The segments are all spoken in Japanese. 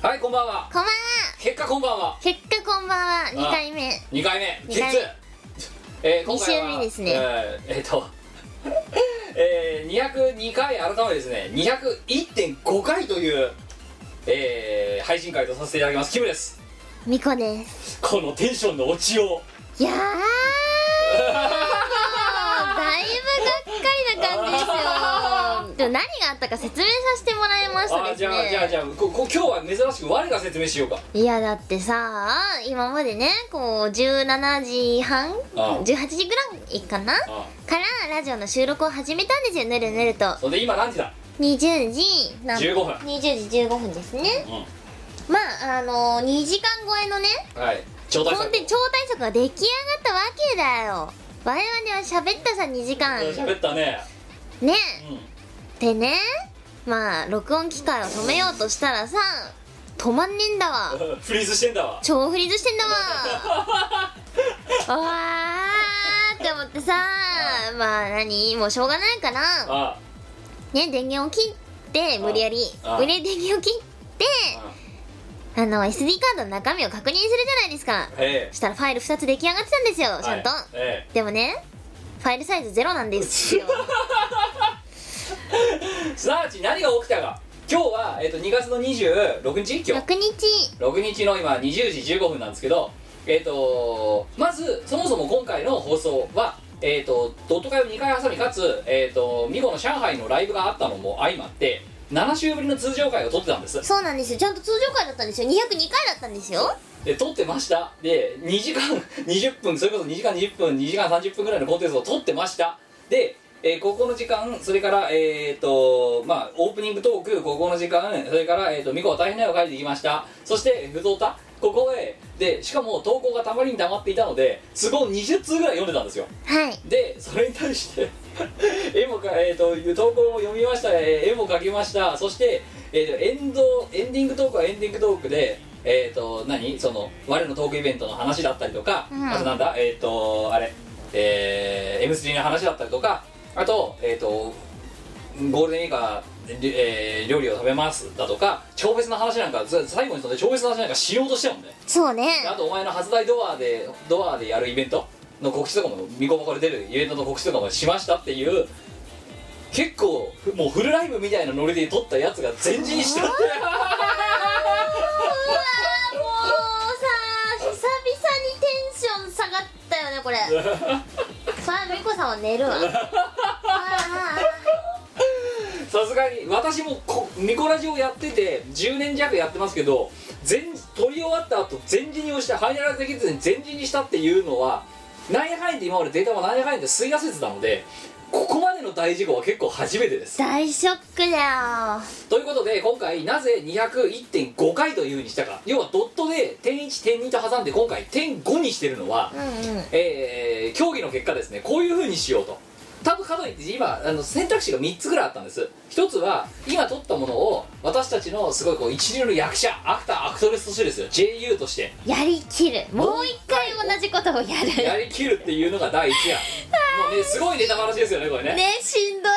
はいこんばんはこんばんは結果こんばんは結果こんばんは2回目2回目二キッ回ズ、えー、今回は二週目ですねえーえーと えー、202回改めてですね201.5回という、えー配信会とさせていただきますキムですみこですこのテンションの落ちよういやーもうだいぶがっかりな感じですよでも何があったか説明させてもらいましあたですじゃあじゃあじねゃあここ今日は珍しく我が説明しようかいやだってさ今までねこう17時半あ18時ぐらいかなあからラジオの収録を始めたんですよぬるぬるとそれで今何時だ20時なん15分20時15分ですねうまああの2時間超えのねんはい超大ほん作で超大作が出来上がったわけだよ我々は喋ったさ2時間喋ったねねうんでねまあ録音機械を止めようとしたらさ止まんねえんだわ フリーズしてんだわ超フリーズしてんだわわーって思ってさまあ何もうしょうがないからあね電源を切って無理やりああ無理やり電源を切ってああの SD カードの中身を確認するじゃないですかえそしたらファイル2つ出来上がってたんですよえちゃんと、はいえでもねファイルサイズゼロなんです よえすなわち何が起きたか今日は、えっと2月の26日今日6日6日の今20時15分なんですけどえっ、とまずそもそも今回の放送はえっ、とドット会を2回挟みかつえっ、とミコの上海のライブがあったのも相まって7週ぶりの通常会を撮ってたんですそうなんですよちゃんと通常回だったんですよ202回だったんですよで撮ってましたで2時間 20分それこそ2時間20分2時間30分ぐらいのコンテンツを撮ってましたで、えー、高校の時間それからえー、っとまあオープニングトーク高校の時間それから、えー、っとミコは大変な絵を描いてきましたそして不動たここへでしかも投稿がたまりにたまっていたので都合20通ぐらい読んでたんですよはいでそれに対して 絵もか、えー、という投稿も読みました、えー絵も描きましたそして、えーとエンドエンディングトークはエンディングトークでえー、と何その我のトークイベントの話だったりとか、うんあとなんだえっ、とあれ、えー、M3 の話だったりとかあとえっ、とゴールデンウィークは、りえー料理を食べますだとか超別の話なんかず最後にその超別の話なんかしようとしてたもんねそうねあとお前の発売ドアでドアでやるイベントの告知とかもみこもこで出るイベントの告知とかもしましたっていう結構ふもうフルライブみたいなノリで撮ったやつが前陣したってうわーもうさ久々にテンション下がったよねこれさあみこさんは寝るわあーさすがに私もこミコラジオやってて10年弱やってますけど前撮り終わった後前陣に押してハイラルできずに前陣にしたっていうのは何やかんやで今までデータも何やかんやで吸い出せてたのでここまでの大事故は結構初めてです 大ショックだよということで今回なぜ201.5回というふうにしたか要はドットで点1点2と挟んで今回点5にしてるのは、うんうんえー競技の結果ですねこういうふうにしようと多分かといって今あの選択肢が3つぐらいあったんです一つは今取ったものを私たちのすごいこう一流の役者アクターアクトレスとしてですよ JU としてやりきるもう一回同じことをやるやりきるっていうのが第1案もうねすごいネタ話ですよねこれねねしんどい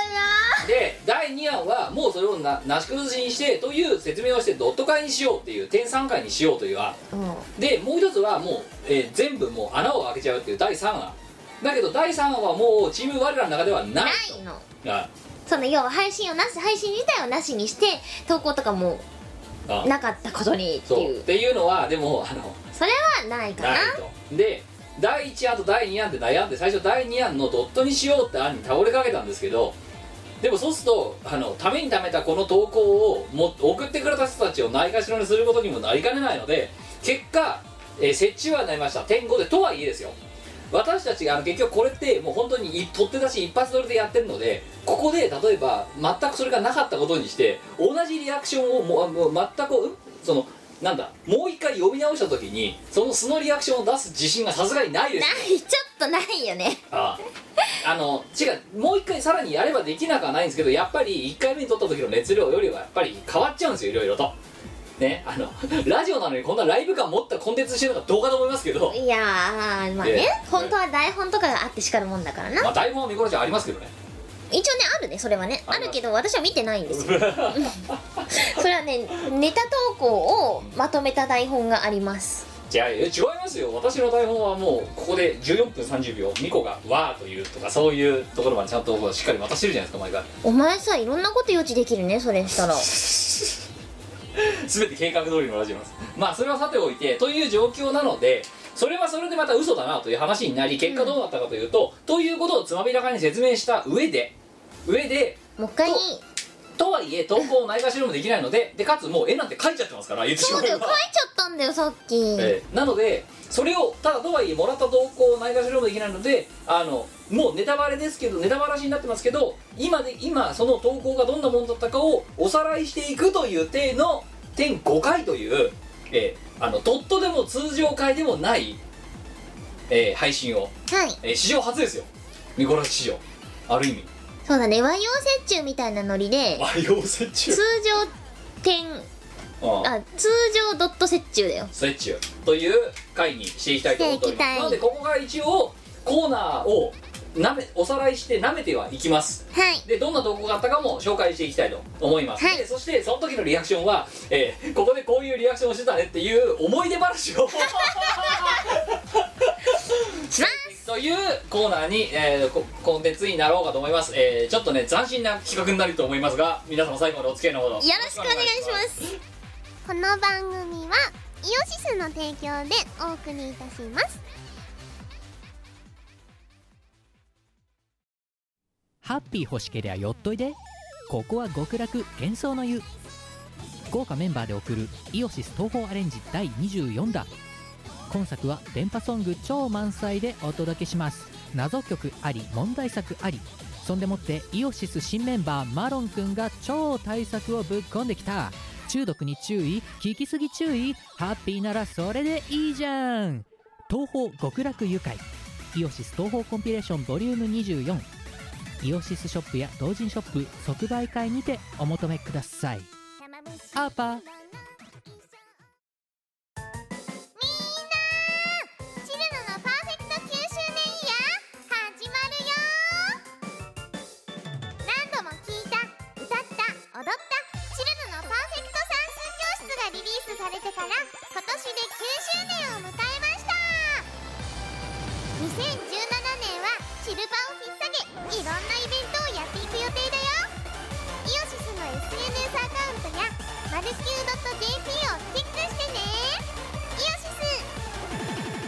なで第2案はもうそれをななし崩しにしてという説明をしてドット会にしようっていう点3回にしようという案ーうんでもう一つはもう、えー全部もう穴を開けちゃうっていう第3案だけど第3案はもうチーム我らの中ではないないのあその要は配信をなし配信自体をなしにして投稿とかもあなかったことにってそういっうていうのはでもあのそれはないかなないとで第1案と第2案で悩んで最初第2案のドットにしようって案に倒れかけたんですけどでもそうするとあのためにためたこの投稿をも送ってくれた人たちをないがしろにすることにもなりかねないので結果、えー設置はなりました点5でとはいえですよ私たちがあの結局これってもう本当にい取って出し一発撮りでやってるのでここで例えば全くそれがなかったことにして同じリアクションをもうあもう全くうんそのなんだもう一回読み直した時にその素のリアクションを出す自信がさすがにないですないちょっとないよ ねあああの違うもう一回さらにやればできなくはないんですけどやっぱり1回目に撮った時の熱量よりはやっぱり変わっちゃうんですよいろいろとねあのラジオなのにこんなライブ感持ったコンテンツしてるのがどうかと思いますけどいやーまあいやいねや本当は台本とかがあって叱るもんだからなまあ台本は見殺しありますけどね一応ねあるねそれはねああります るけど私は見てないんですよそそれはねネタ投稿をまとめた台本がありますじゃあえ違いますよ私の台本はもうここで14分30秒ミコが「わー」というとかそういうところまでちゃんとしっかり渡してるじゃないですか毎回お前さいろんなこと予知できるねそれしたら全て計画通りのラジオなんですまあそれはさておいてという状況なのでそれはそれでまた嘘だなという話になり結果どうなったかというと、ということをつまびらかに説明した上で上でもう一回ととはいえ投稿をないがしろもできないのででかつもう絵なんて描いちゃってますから言ってしそまうえだよ書いちゃばったんだよさっき、ええなのでそれをただとはいえもらった投稿をないがしろもできないのであのもうネタバレですけどネタバラシになってますけど今で今その投稿がどんなものだったかをおさらいしていくという体の点5回という、ええあのドットでも通常回でもない、ええ配信を、はいええ史上初ですよミコラス史上ある意味そうだね和洋折衷みたいなノリで和洋折衷通常点うんあ通常ドット折衷だよストレッチュという回にしていきたいと思っておりましてすいきたいなのでここが一応コーナーをなめおさらいして舐めてはいきますはいでどんな投稿があったかも紹介していきたいと思います、はいでそしてその時のリアクションは、えーここでこういうリアクションをしてたねっていう思い出話をしまというコーナーに、えーココンテンツになろうかと思います、えーちょっとね斬新な企画になると思いますが皆様最後までお付き合いのほどすよろしくお願いしますこの番組はイオシスの提供でお送りいたしますハッピー欲しけりゃ寄っといでここは極楽幻想の湯豪華メンバーで送るイオシス東宝アレンジ第24弾今作は電波ソング超満載でお届けします謎曲あり問題作ありそんでもってイオシス新メンバーマロンくんが超大作をぶっ込んできた中毒に注意聞きすぎ注意ハッピーならそれでいいじゃん東宝極楽愉快イオシス東宝コンピレーションボリューム24イオシスショップや同人ショップ即売会にてお求めくださいアーパーチルノのパーフェクト9周年イヤー始まるよ何度も聴いた歌った踊ったチルノのパーフェクト算数教室がリリースされてから今年で9周年を迎えました2017年はチルパを引っ提げいろんなイベントをやっていく予定だよイオシスの SNS アカウントやマルキュー .jp をチェックしてねイオシス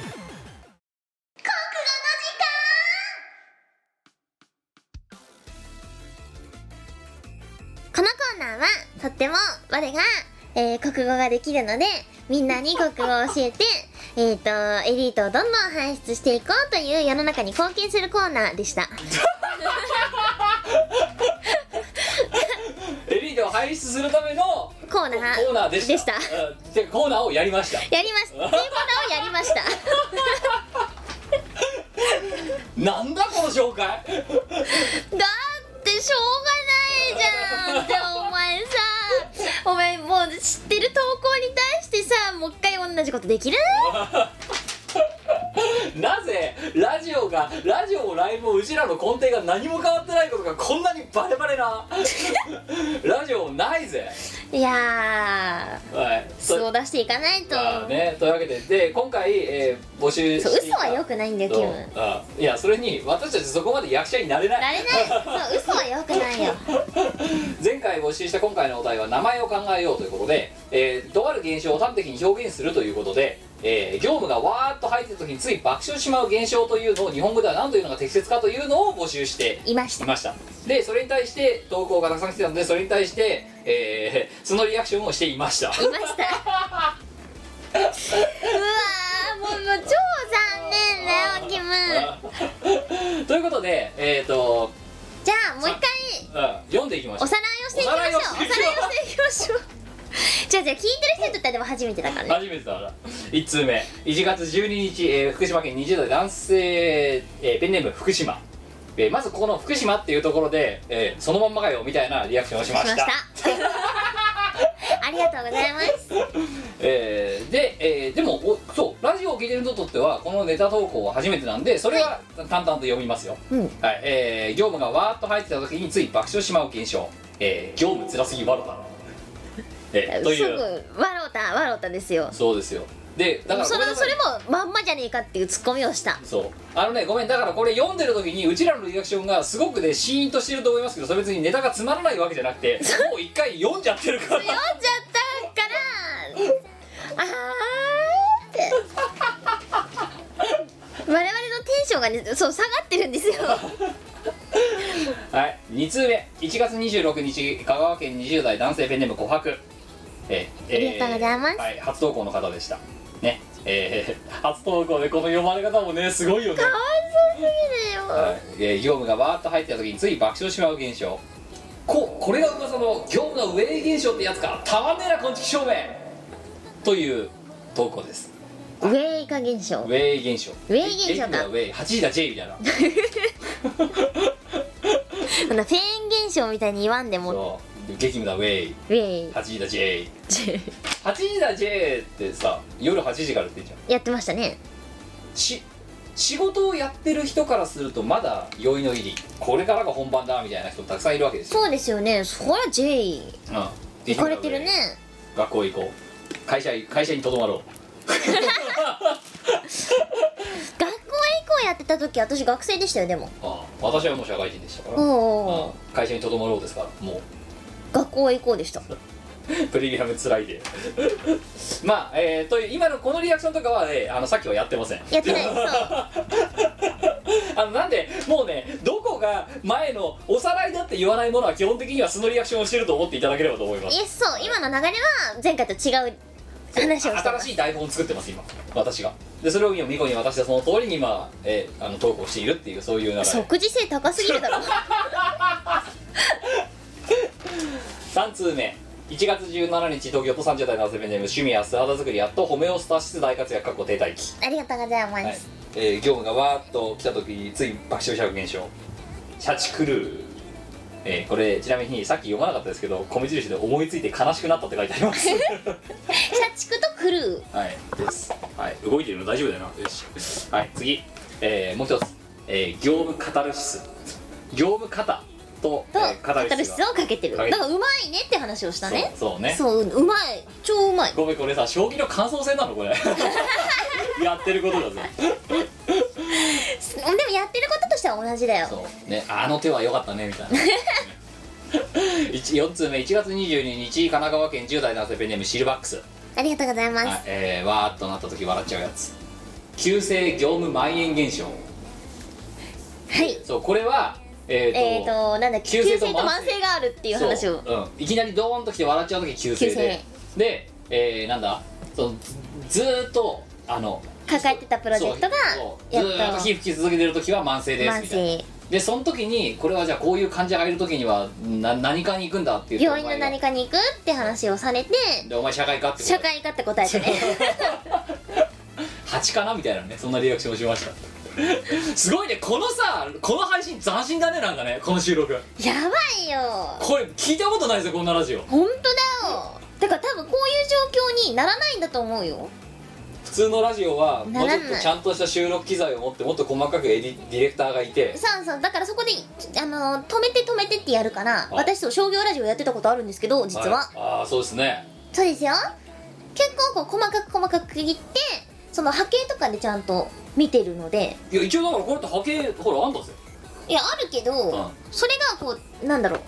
このコーナーはとっても我が、えー国語ができるのでみんなに国語を教えて えっとエリートをどんどん輩出していこうという世の中に貢献するコーナーでしたエリートを輩出するためのココーナーーナーでしたでしたうんでコーナーをやりましたやりました というコーナーをやりました なんだこの紹介 だってしょうがないじゃんってお前 さお前もう知ってる投稿に対してさもう一回同じことで きるなぜラジオがラジオもライブもうちらの根底が何も変わってないことがこんなにバレバレな ラジオないぜいやはいー素をと出していかないと、まあねというわけでで今回、えー募集そうしてい嘘たは良くないんだよキそうムあいやそれに私たちそこまで役者になれないなれないそう嘘は良くないよ前回募集した今回のお題は名前を考えようということで、えーとある現象を端的に表現するということで、えー業務がわーっと入ってる時につい爆笑してしまう現象というのを日本語では何というのが適切かというのを募集していましいたましたでそれに対して投稿がたくさん来てたのでそれに対して、えーそ のリアクションをしていました いましたうわーもうもう超残念だよキムということでえっ、と、じゃあもう一回うん読んでいきましょおうさらいをしていきましょうおさおらいさらいををしていきましょうじゃあじゃあ聞いてる人にとってはでも初めてだからね初めてだから1通目1月12日、えー福島県20代男性、えーペンネーム福島、えーまずここの福島っていうところで、えーそのまんまかよみたいなリアクションをしまししましたたありがとうございますえーで、えーでもおそうラジオを聞いてる人にとってはこのネタ投稿は初めてなんでそれは淡々と読みますよ、うんはいえー業務がわーっと入ってた時につい爆笑しまう現象、えー業務つらすぎわろだろえとすいぐう笑うた笑うたですよそうですよでだからそごめれんなそさいれもまんまじゃねえかっていうツッコミをしたそうあのねごめんだからこれ読んでる時にうちらのリアクションがすごくねシーンとしてると思いますけどそれ別にネタがつまらないわけじゃなくてもう一回読んじゃってるから読んじゃったからあーって我々のテンションがねそう下がってるん ですよはい、2通目1月26日香川県20代男性ペンネーム琥珀えーありがとうございますはい、初投稿の方でしたねえー 初投稿でこの読まれ方もねすごいよね、かわいそうすぎるよ、はいえー業務がバーッと入った時につい爆笑しまう現象ここれが噂の業務が上現象ってやつかたまんねえなこんちき証明という投稿ですウェイ化現象ウェイ現象ウェイ現象だウェイ8時だ J みたいなそんなフェーン現象みたいに言わんでもそう激務だウェイウェイ8時だ J って8時だ J ってさ夜8時からって言うじゃんやってましたねし仕事をやってる人からするとまだ酔いの入りこれからが本番だみたいな人もたくさんいるわけですよ、そうですよねそりゃ J うん、行かれてるね学校行こう会社会社にとどまろ学校以降やってた時私学生でしたよでもうああ私はもう社会人でしたから、うおおん会社にとどまろう ですからも学校以降 でしたうプレミアムつらいで まあえー、という今のこのリアクションとかはねあのさっきはやってませんやってないそう あのなんでもうねどこが前のおさらいだって言わないものは基本的には素のリアクションをしてると思っていただければと思いますいやそう今の流れは前回と違う話をしてま新すしい台本を作ってます今私がでそれを今ミコに渡したその通りに今、えーあの投稿しているっていうそういう流れ即時性高すぎるだ ろ3通目1月17日東京都30代男性ペンネーム趣味や素肌作りやっとホメオスタシス大活躍かっこ停滞期、ありがとうございます、はいえー業務がわーっと来た時につい爆笑しちゃう現象シャチクルー、えーこれちなみにさっき読まなかったですけど米印で思いついて悲しくなったって書いてあります 社畜とクルーはい、です。はい、動いてるの大丈夫だよな。よし。はい、次。えー、もう一つ。えー、業務カタルシス。業務型と、えとーカタルシスをかけてるかけてるだからうまいねって話をしたねそうそうねそううまい超うまいごめん、これさ、将棋の感想戦なの これ。やってることだぜ。でもやってることとしては同じだよそう。ね、あの手は良かったね、みたい な。4通目1月22日神奈川県10代男性ペンネームシルバックス、ありがとうございます、はいえー、わーっとなった時笑っちゃうやつ急性業務蔓延現象はい。そうこれはえーと,、えっ、ー、と、なんだっけ、急急性性とと慢慢性性があるっていうそう話を。うん、いきなりドーンときて笑っちゃう時急性でで、えー、なんだそのずずーっとあの抱えてたプロジェクトがそう、ずやーっとっ火吹き続けてる時は慢性と、です慢みたいな性。でその時にこれはじゃあこういう患者がいる時にはな何かに行くんだっていう病院の何かかに行くって話をされて、でお前社会科ってこと社会科って答えてね。蜂かなみたいなねそんなリアクションをしました すごいねこのさこの配信斬新だねなんかねこの収録 やばいよ。これ聞いたことないですよこんなラジオ本当だよ。だから多分こういう状況にならないんだと思うよ。普通のラジオはもなうちらょないっとちゃんとした収録機材を持ってもっと細かくエディディレクターがいてさあさあ、だからそこで、あの、止めて止めてってやるから、私そう商業ラジオやってたことあるんですけど、実は。いああそうですねそうですよ結構こう細かく細かく区切ってその波形とかでちゃんと見てるのでいや一応だからこれって波形ほらあんだぜいやあるけど、んそれがこうなんだろう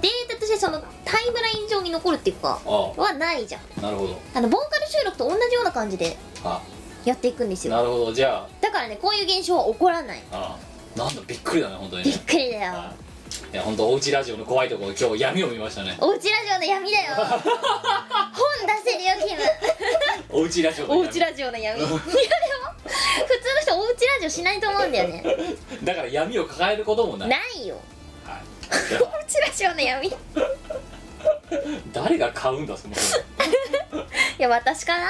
データとしてそのタイムライン上に残るっていうかあはないじゃんあなるほどあのボーカル収録と同じような感じであやっていくんですよなるほどじゃだからねこういう現象は起こらないああなんだびっくりだね本当にびねっくりだよああいや本当おうちラジオの怖いところ今日闇を見ましたねおうちラジオの闇だよ本出せるよキムおうちラジオのお闇うちラジオの闇いやでも普通の人おうちラジオしないと思うんだよねだから闇を抱えることもないないよはいおうちラジオの闇い誰が買うんだそのや私かな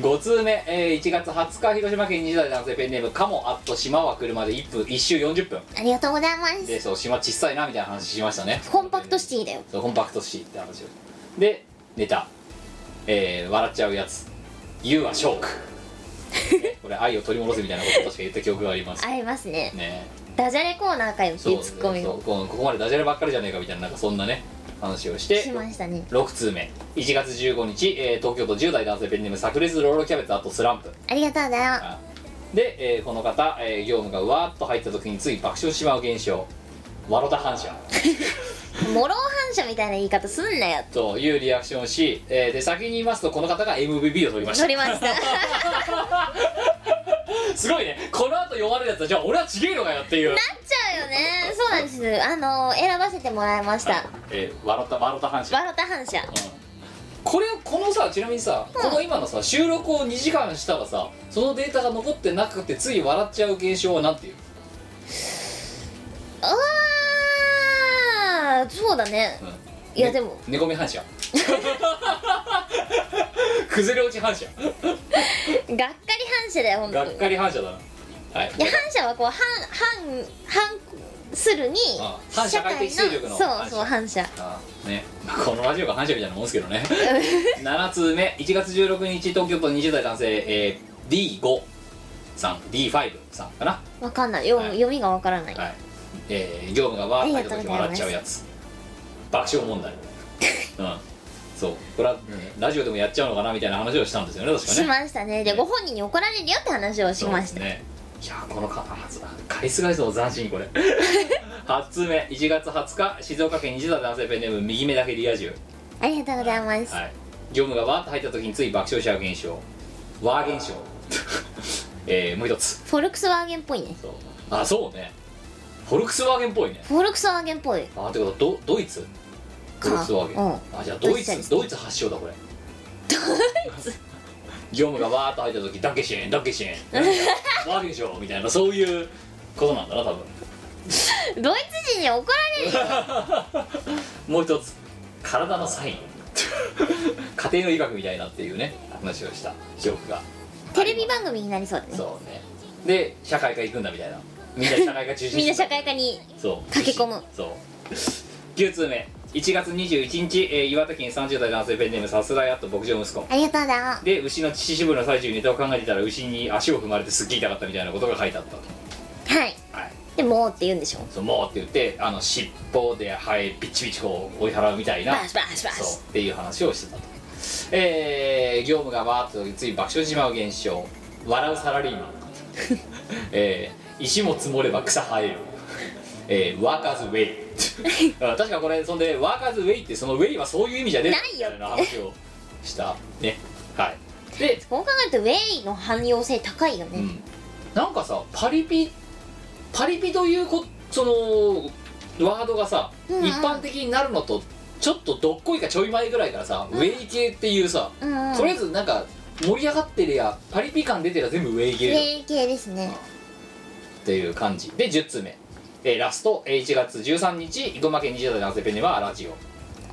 5通目、えー1月20日広島県20代男性ペンネーム「カモアット島は車で1分1周40分」ありがとうございまですそう島小さいなみたいな話しましたねコンパクトシティだよそうコンパクトシティって話をでネタ、えー笑っちゃうやつ「You はショック」ねこれ愛を取り戻すみたいなこと確か言った記憶がありますありますねねダジャレコーナーかよってそいううツッコミそうもこうここまでダジャレばっかりじゃねえかみたいななんかそんなね話をしてしましたね6通目1月15日、えー東京都10代男性ペンネーム炸裂ロールキャベツあとスランプありがとうだよあで、えーこの方、えー業務がうわーっと入った時につい爆笑してしまう現象わろた反 射もろ反射みたいな言い方すんなよというリアクションをし、えーで先に言いますとこの方が MVP を取りました乗りま したすごいねこの後読まれるやつはじゃあ俺はちげえのかよっていう、なっちゃうよねそうなんですあの選ばせてもらいましたえー、わろたわろた反射バロタ反射これをこのさちなみにさ、この今のさ収録を2時間したらさそのデータが残ってなくてつい笑っちゃう現象はなんていう、あーそうだねいやでも寝込み反射 崩れ落ち反射がっかり反射だよ本が当っにかり反射だなはいいや反射はこう反反反するにあ反社会的勢力の社会そうそう反射あね、このラジオが反射みたいなもんですけどね7通目1月16日東京都20代男性、えー D5 さん D5 さんかな、わかんない読,、はい読みがわからない、はいえー業務がわーっと入った時にありがとう笑っございますちゃうやつ爆笑問 題うんそうこれは、うんラジオでもやっちゃうのかなみたいな話をしたんですよね確かねしましたねでご本人に怒られるよって話をしましそうですた、ねいやこの方初だ返す返すも斬新これ 8つ目1月20日静岡県20代男性ペンネーム右目だけリア充ありがとうございます、はい、業務がわーっと入った時につい爆笑しちゃう現象わー現象 えー、もう一つフォルクスワーゲンっぽいねそうあそうねフォルクスワーゲンっぽいねフォルクスワーゲンっぽいあってことはドドイツフォルクスワーゲン、うあじゃあドドイイツでツすドイツ発祥だこれ業務がわーっと入った時ダッケシーンダッケシーンワーゲンショーみたいなそういうことなんだな多分 ドイツ人に怒られるよもう一つ体のサイン家庭の医学みたいなっていうね話をした記憶がテレビ番組になりそうだねそうねで社会科行くんだみたいなみんな社会科中心みんな社会科にそう駆け込むそう9通目1月21日、えー岩手県30代男性ペンネームさすらいあと牧場息子ありがとうだで牛の乳搾りの最中にネタを考えてたら牛に足を踏まれてすっきり痛かったみたいなことが書いてあったはいはいでもうって言うんでしょそうもうって言ってあの尻尾でハエビチビチこう追い払うみたいなバシバシバシそうっていう話をしてたとえー、業務がわーっとつい爆笑してしまう現象笑うサラリー マンえー、石も積もれば草生えるえー、ワーカーズウェ イあ確かこれそんでワーカーズウェイってそのウェイはそういう意味じゃねないみよたいな話をしたねはいで、そう考えるとウェイの汎用性高いようね、ん、なんかさパリピパリピというこそのワードがさ、うんうん一般的になるのとちょっとどっこいかちょい前ぐらいからさ、ウェイ系っていうさ、うんうん、とりあえずなんか盛り上がってるやパリピ感出てりゃ全部上行ける霊系ですねっていう感じで10通目、えーラストえー1月13日群馬県20代男性ペンネームはラジオ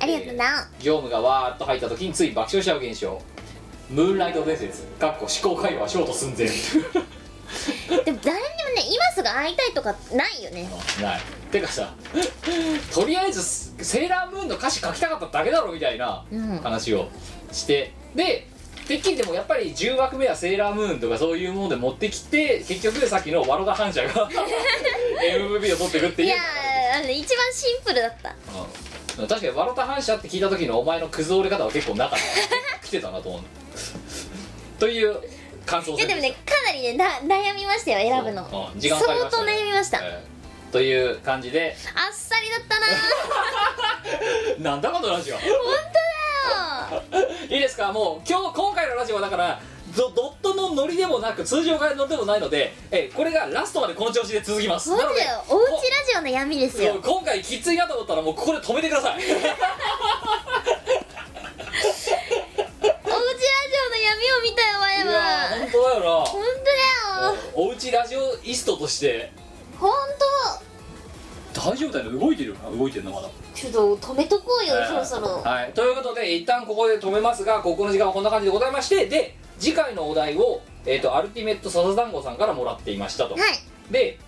ありがとうな、業務がわーっと入った時につい爆笑しちゃう現象ムーンライト伝説かっこ思考回路はショート寸前でも誰にもね今すぐ会いたいとかないよねないてかさとりあえずセーラームーンの歌詞書きたかっただけだろみたいなうん話をしてでてっきりでもやっぱり10枠目はセーラームーンとかそういうもので持ってきて結局さっきのワロダ反射 が MVP を取ってるっていいうやーあの一番シンプルだったうん確かにワロタ反射って聞いた時のお前のクズ折れ方は結構なかった 来てたなと思うという感想いやでもねかなりねな悩みましたよ選ぶのうんうん時間かかりまし相た当ね悩みました、えーという感じであっさりだったななんだこのラジオー本いいですかもう今日今回のラジオはだからドドットのノリでもなく通常回のノリでもないのでえーこれがラストまでこの調子で続きます当だよな本ので当だよおうちラジオの闇ですもよう今回きついなと思ったらもうここで止めてくださいおうちラジオの闇を見たよお前いやーは本当だよ本な当だよおうちラジオイストとして本大丈夫だよね動いてるよな動いてるのまだ当ちょっと止めとこうよそろそろはい、ということで一旦ここで止めますがここの時間はこんな感じでございましてで次回のお題を、えー、とアルティメット笹団子さんからもらっていましたと、はいで、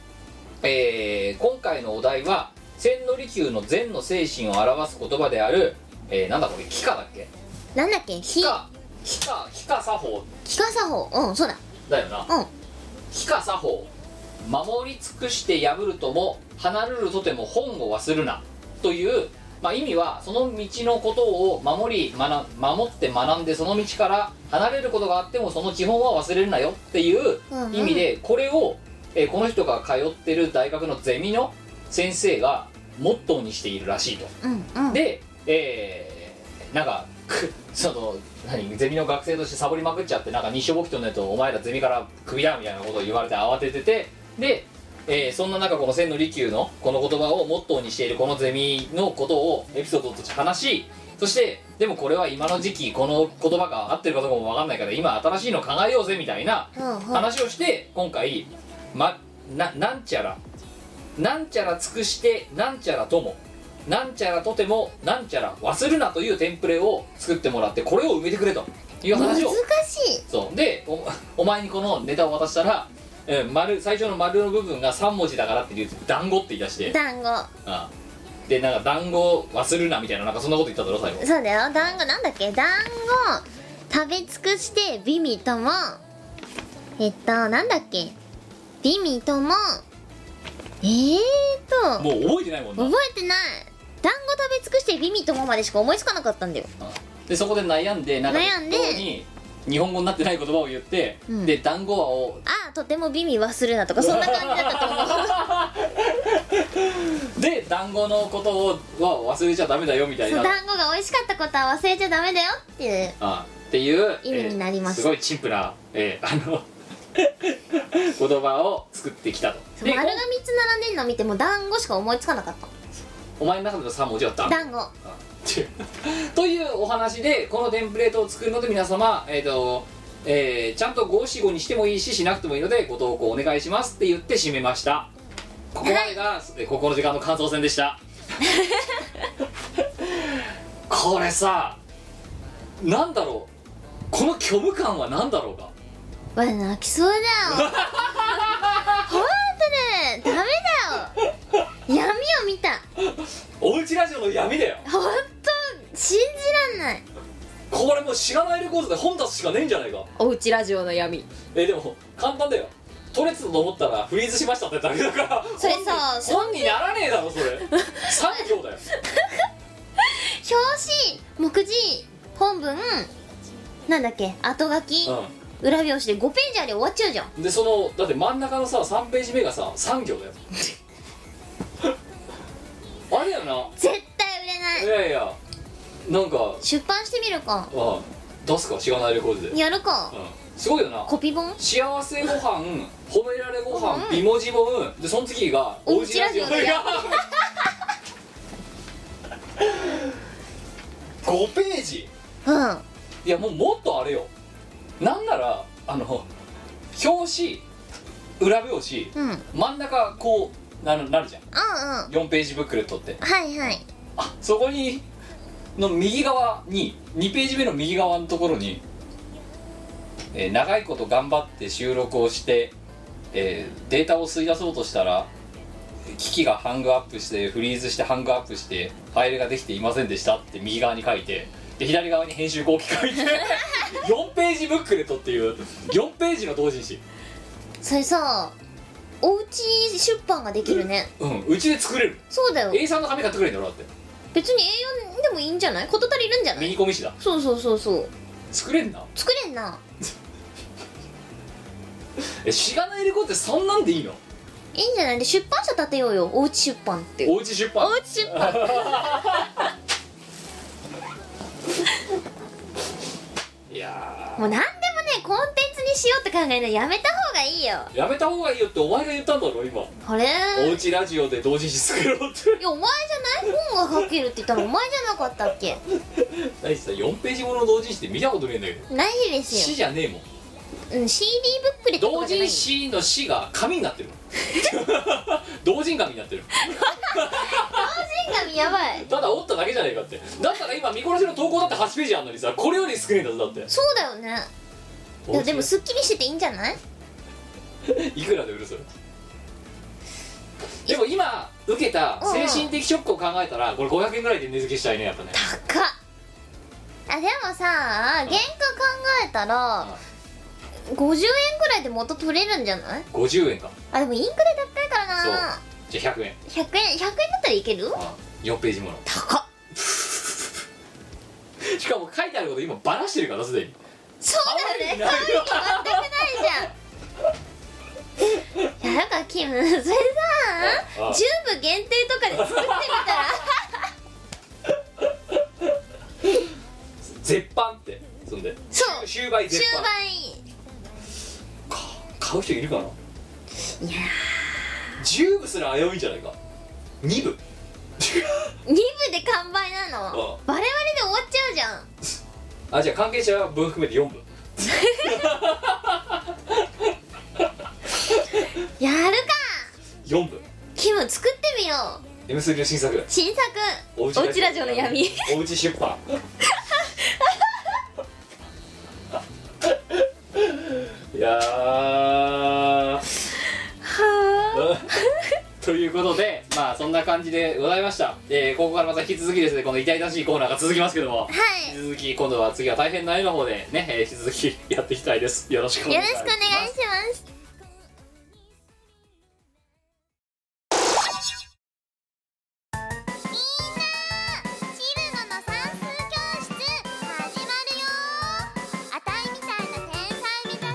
えー今回のお題は千利休の禅の精神を表す言葉である、えーなんだこれ「帰化」だっけなんだっけ「火化」「帰化」「帰化作法気化作法うんそうだ」だよなうん「帰化作法」「守り尽くして破るとも離れるとても本を忘るな」という、まあ、意味はその道のことを守り学守って学んでその道から離れることがあってもその基本は忘れるなよっていううんうん意味でこれを、えーこの人が通ってる大学のゼミの先生がモットーにしているらしいと。うんうんで、えーなんか くその何ゼミの学生としてサボりまくっちゃってなんか日照簿記とのやつをお前らゼミからクビだみたいなことを言われて慌てててで、えーそんな中この千の利休のこの言葉をモットーにしているこのゼミのことをエピソードとして話しそしてでもこれは今の時期この言葉が合ってるかどうかも分かんないから今新しいの考えようぜみたいなうんうん話をして今回、ま、ななんちゃらなんちゃら尽くしてなんちゃらともなんちゃらとてもなんちゃら忘るなというテンプレを作ってもらってこれを埋めてくれという難話をしいそうでおお前にこのネタを渡したら、えー丸最初の丸の部分が3文字だからって言うと団子って言い出して、団子うんでなんか団子忘るなみたいななんかそんなこと言っただろ最後そうだよ団子なんだっけ団子食べ尽くして美味ともえっとなんだっけ美味ともえーともう覚えてないもんな覚えてない団子食べ尽くして美味ともまでしか思いつかなかったんだよでそこで悩んでなんか悩んで適当に日本語になってない言葉を言って、うんで団子はをああとても美味忘るなとかそんな感じだったと 思うで団子のことをは忘れちゃダメだよみたいそなう団子が美味しかったことは忘れちゃダメだよっていうあっていう意味になりますえーすごいチンプな、えーあの 言葉を作ってきたと丸でが3つ並んでんの見ても団子しか思いつかなかっお前の中での3文字はた団子団子あっていう というお話でこのテンプレートを作るので皆様えっ、とえーちゃんと五七五にしてもいいししなくてもいいのでご投稿お願いしますって言って締めましたここまでが、えーここの時間の感想戦でした これさなんだろうこの虚無感は何だろうかわ泣きそうだ よほんとねダメだよ闇を見たおうちラジオの闇だよほんと信じらんないこれもう知らないレコードで本出すしかねえんじゃないかおうちラジオの闇えーでも簡単だよ取れてたと思ったらフリーズしましたってだけだからそれさ本に本にならねえだろそれ 3行だよ表紙目次本文なんだっけ後書き、裏表紙で5ページあり終わっちゃうじゃんうんでそのだって真ん中のさ3ページ目がさ3行だよ あれだよな絶対売れないいやいやなんか出版してみるかあ出すか知らないレコードで、うん、やるかすごいよなコピ本幸せご飯褒められご飯うん美文字もんでその次がおうちラジオだよ 5ページうんいやもうもっとあれよなんならあの表紙裏表紙うんうんうん真ん中こうなるなるじゃんは4ページブックレットっていはいあそこにの右側に2ページ目の右側のところに、えー長いこと頑張って収録をして、えーデータを吸い出そうとしたら機器がハングアップしてフリーズしてハングアップしてファイルができていませんでしたって右側に書いてで左側に編集後期書いて 4ページブックレットっていう4ページの同人誌それさおうち出版ができるねうんうちで作れるそうだよ A さんの紙買ってくれんだろだって別に A4 でもいいんじゃないこと足りるんじゃなミいニコミ誌だそうそうそうそう作れんな作れんなえしがないレコードってそんなんでいいのいいんじゃないで出版社立てようよおうち出版っておうち出版おうち出 版いやもう何でもねコンテンツにしようって考えるのやめた方がいいよーやめた方がいいよってお前が言ったんだろ今これおうちラジオで同時に作ろうって いやお前じゃない本が書けるって言ったらお前じゃなかったっけ大地さ4ページもの同時誌って見たことねえんだけどないです詩よ、じゃねえもんうん、CD ブックレットと同かじゃな人い誌の詩が紙になってる 同人紙になってる同人紙やばいただ折っただけじゃねえかってだったら今見殺しの投稿だって8ページあんのにさこれより少ねえんだぞだってそうだよねいやでもすっきりしてていいんじゃないいくらで売るそれでも今受けた精神的ショックを考えたらこれ500円ぐらいで値付けしたいねやっぱね高っあでもさ原価考えたら50円ぐらいで元取れるんじゃない50円かあでもインクで高いからなじゃあ100円100円100円だったらいける4ページもの高っしかも書いてあること今バラしてるからすでにそうだよね可愛い全く ないじゃんいやだからキムそれさああ10部限定とかで作ってみたら絶版ってそんでそう終売終絶版盤買う人いるかないや10部すら危ういんじゃないか2部2部で完売なの我々で終わっちゃうじゃんあじゃあ関係者分含めて4部やるか4部キム作ってみよう M3 の新作新作おうちラジオの闇おうち出版 いやーはあということでまあそんな感じでございました、えーここからまた引き続きですねこの痛々しいコーナーが続きますけどもはいよ引き続き今度は次は大変な絵の方でね、えー引き続きやっていきたいですよろしくお願ろいししくおます願いしますみんなチルノの算数教室始まるよあたいみたいな天才目指して頑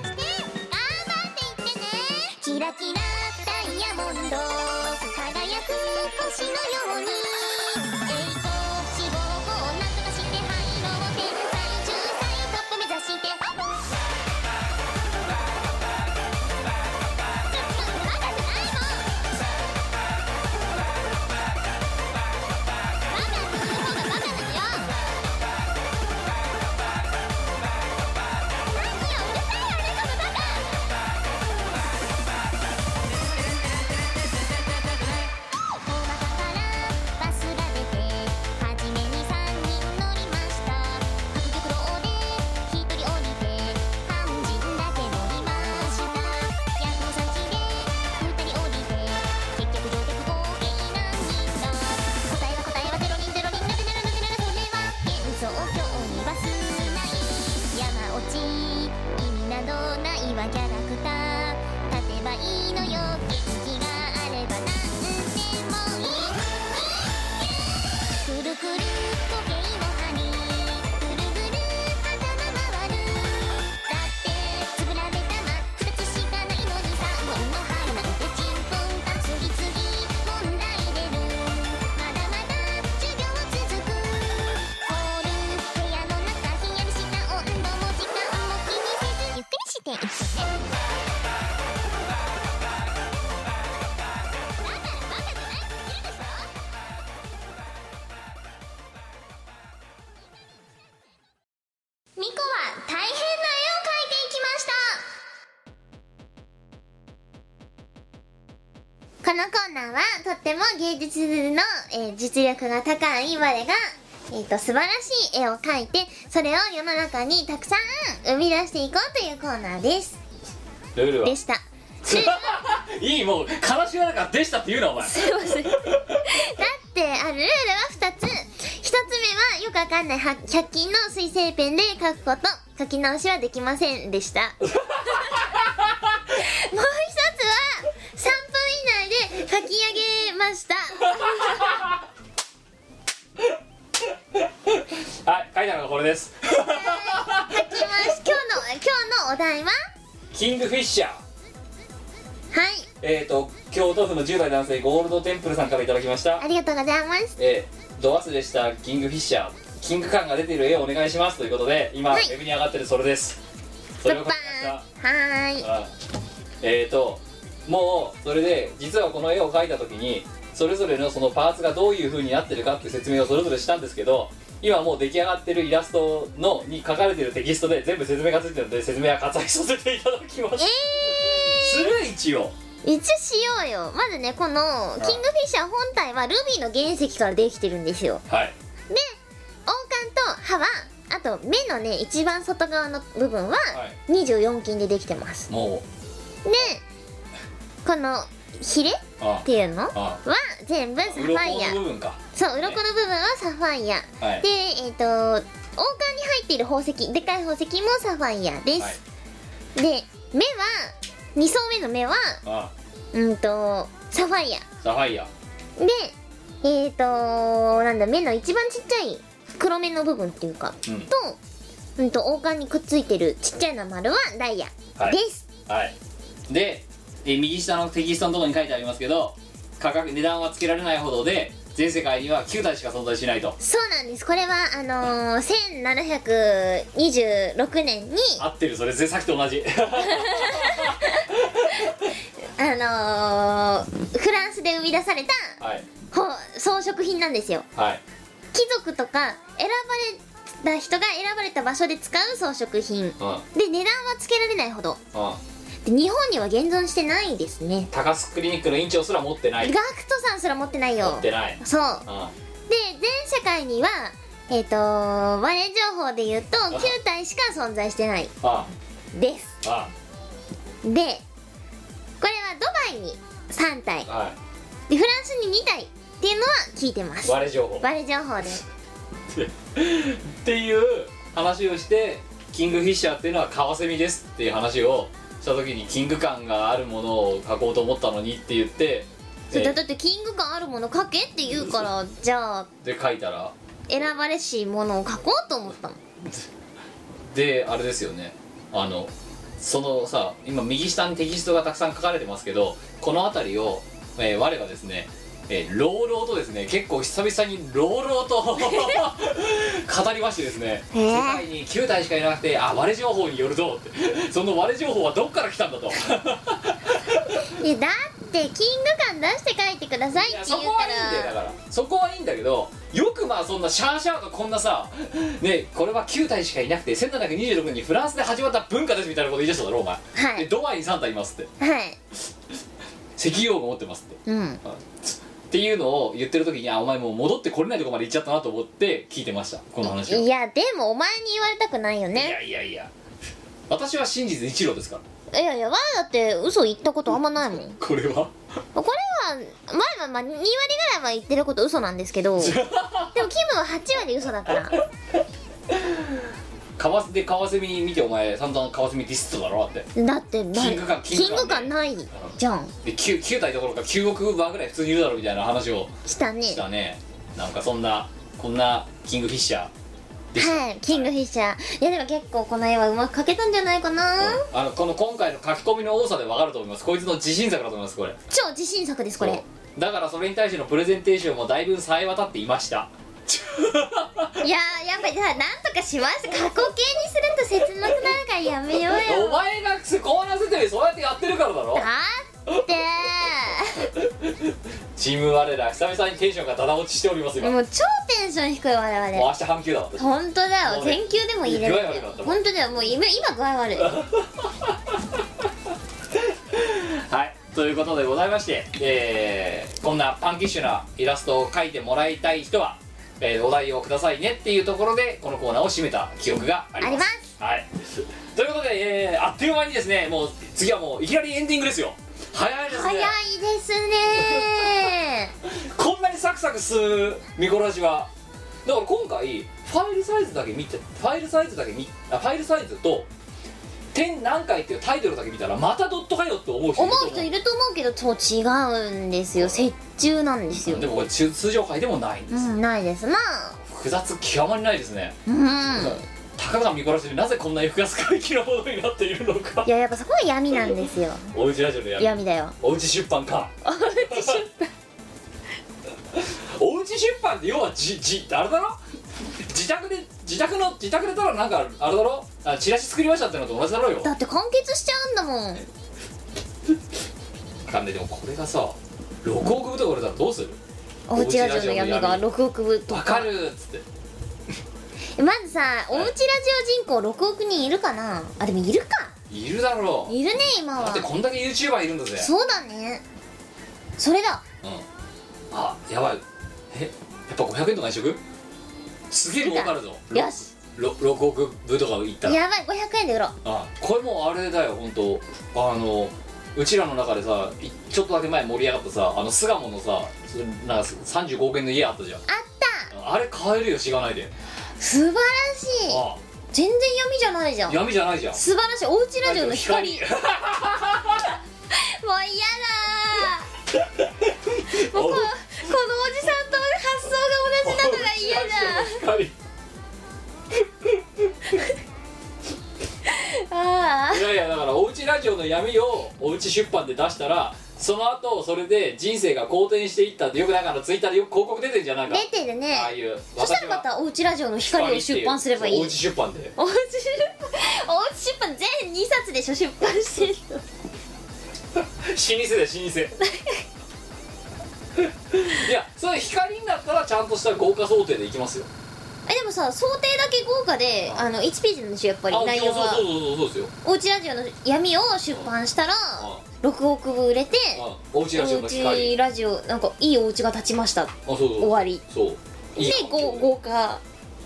張っていってねキラキラダイヤモンド輝く星のように栄光志望をなんとかして廃炉を天才中才トップ目指してちょっとまだじゃないもんバカって言う方がバカだよ何ようるさいよねこのバカ「おばからバスが出て」「はじめに3人乗りました」「白玉楼で一人降りて」「半人だけ乗りました」「やの先で二人降りて」「結局乗客合計何人だ」「答えは答えはゼロ人ゼロ人なぜならなぜならそれは幻想郷にはすない」「山落ち意味などないわキャラクター」「立てばいいのよ元気があればなんでもいい」くるくる時計の針ぐるぐる頭回るだってつぶられたま形しかないのにさ本の春なんてちんぽんか次々問題出るまだまだ授業続くホール部屋の中ひんやりした温度も時間も気にせずゆっくりしていってだからバカじゃないって言うでしょミコは大変な絵を描いていきましたこのコーナーはとっても芸術の、えー実力が高い我が、えー、と素晴らしい絵を描いてそれを世の中にたくさん生み出していこうというコーナーですルールはでしたすい いいもう悲しがらからでしたって言うなお前ませんだであルールは2つ1つ目はよくわかんないは100均の水性ペンで書くこと書き直しはできませんでした もう1つは3分以内で書き上げましたはい書いたのがこれです書きます今日の今日のお題はキングフィッシャーはいえー、と京都府の10代男性ゴールドテンプルさんからいただきましたありがとうございますえー、ド忘れしたキングフィッシャーキング感が出ている絵をお願いしますということで今、はいウェブに上がってるそれですそドれをッ書きパましたーンはーいはいえーともうそれで実はこの絵を描いた時にそれぞれのそのパーツがどういう風になってるかっていう説明をそれぞれしたんですけど今もう出来上がってるイラストのに書かれてるテキストで全部説明がついてるので説明は割愛させていただきまえすする一応ー、一応しようよまずねこのキングフィッシャー本体はルビーの原石からできてるんですよはい王冠と歯はあと目のね一番外側の部分ははい24金でできてますもうでこのヒレっあていうのはあ全部サフ鱗ァイアの部分かそう鱗の部分はサファイアはいでえっ、と王冠に入っている宝石でかい宝石もサファイアです、はいで目は2層目の目はあうんとサファイアサファイアでえっ、となんだ目の一番ちっちゃい黒目の部分っていうか、うんと,、うん、と王冠にくっついてるちっちゃな丸はダイヤはいです、はいでえ右下のテキストのところに書いてありますけど価格値段はつけられないほどで全世界には9体しか存在しないとそうなんですこれはあのー、1726年に合ってるそれぜさっきと同じ あのー、フランスで生み出されたはいほ装飾品なんですよはい貴族とか選ばれた人が選ばれた場所で使う装飾品うんうんで値段はつけられないほどで日本には現存してないですね高須クリニックの院長すら持ってなガいク持トさんすら持ってないよってないそううで全世界にはえっ、と我情報で言うと9体しか存在してないんあですあでこれはドバイに3体あはでフランスに2体っていうのは聞いてまいす我情報我情報ですっていう話をしてキングフィッシャーっていうのはカワセミですっていう話をした時にキング感があるものを書こうと思ったのにって言ってそうだえだってキング感あるもの書けって言うからじゃあで書いたら選ばれしものを書こうと思ったのであれですよねあのそのさ今右下にテキストがたくさん書かれてますけどこの辺りを、えー我がですねえー、朗々とですね結構久々に朗々 と語りましてですね、へえ世界に9体しかいなくてあ我情報によるぞってその我情報はどっから来たんだといやだってキング感出して書いてくださいっいてやそ言うこはいいんだよだかかららそこはいいんだけどよくまあそんなシャーシャーとこんなさねこれは9体しかいなくて1726年にフランスで始まった文化ですみたいなこと言い出しただろお前、はいでドバイに3体いますってはい石油王が持ってますってうんっていうのを言ってる時にあお前もう戻ってこれないとこまで行っちゃったなと思って聞いてましたこの話をいやでもお前に言われたくないよいねやいやいや私は真実一郎ですからいやいやわだって嘘言ったことあんまないもんここれはれは前はまあ2割ぐらいは言ってること嘘なんです けどでもキムは8割嘘だからカワセでカワセミ見てお前散々カワセミディスっただろだってだってなキング感キキンンググ感感ないじゃんで 9, 9体どころか9億羽ぐらい普通にいるだろうみたいな話をしたねしたねなんかそんなこんなキングフィッシャーですはいキングフィッシャーいやでも結構この絵はうまく描けたんじゃないかな、あのこの今回の書き込みの多さで分かると思いますこいつの自信作だと思いますこれ超自信作ですこそれうだからそれに対してのプレゼンテーションもだいぶ冴え渡っていま したいやーやっぱりさなんとかします過去形にすると切なくなるからやめようおよ前がコーナー説明そうやってやってるからだろ だっチーム我ら久々にテンションがダダ落ちしておりますて今ももうう超テンション低い我々明日半休だ私本当だよもうね全休でもいいレベルだよ具合悪かったもん本当だよもう今今具合悪いはいということでございまして、えーこんなパンキッシュなイラストを描いてもらいたい人は、えーお題をくださいねっていうところでこのコーナーを締めた記憶がありますありまはい、ということで、えーあっという間にですねもう次はもういきなりエンディングですよ早いですね早いですねこんなにサクサクするミコラジはだから今回ファイルサイズだけ見てファイルサイズだけ見あファイルサイズと「点何回」っていうタイトルだけ見たらまたドットかよって思う人い思ると思うう人いると思うけどそう違うんですよ折衷なんですよでもこれ通通常回でもないんでうす、んないですな複雑極まりないですね、うんたかがミコラジでなぜこんなに複雑回帰のものになっているのかいややっぱそこは闇なんですよおうちラジオでやる闇だよおうち出版かおうち出版おうち出版って要はじじあれだろ自宅で自宅の自宅でたらなんかあれだろあチラシ作りましたってのと同じだろうよだって完結しちゃうんだもんわかんないでもこれがさ6億部とか売れたらどうするおうちラジオの闇が6億部とわかるっつってまずさおうちラジオ人口6億人いるかなあでもいるかいるだろういるね今だっはてこんだけ YouTuber いるんだぜそうだねそれだうんあやばいえやっぱ500円とかにしとくすげえ儲かるぞよしろ6億部とかいったらやばい500円で売ろうあこれもうあれだよ本当あのうちらの中でさいちょっとだけ前盛り上がったさあの巣鴨のさなんか35億円の家あったじゃんあっあれ買えるよしがないでた素晴らしいあ全然闇じゃないじゃん闇じゃないじゃん素晴らしいおうちラジオの光 もう嫌だーもうここのおじさんと発想が同じなのが嫌だ光ちラジオの闇をおうち出版で出したらその後それで人生が好転していったってよくなんかあのツイッターでよく広告出てるじゃんなんか出てるねああいうそしたらまたおうちラジオの光を出版すればいいおうち出版でおうち 出版おうち出版全2冊でしょ出版してるの老舗で 老舗いやそれ光になったらちゃんとした豪華想定でいきますよえでもさ想定だけ豪華であの1ページなんでしょやっぱりあ内容がそうそうそうそうそうですよおうちラジオの闇を出版したら6億部売れてあおうちラジオおのう光ちラジオなんかいいお家が建ちましたあそうそう終わりそうでいい環境ご豪華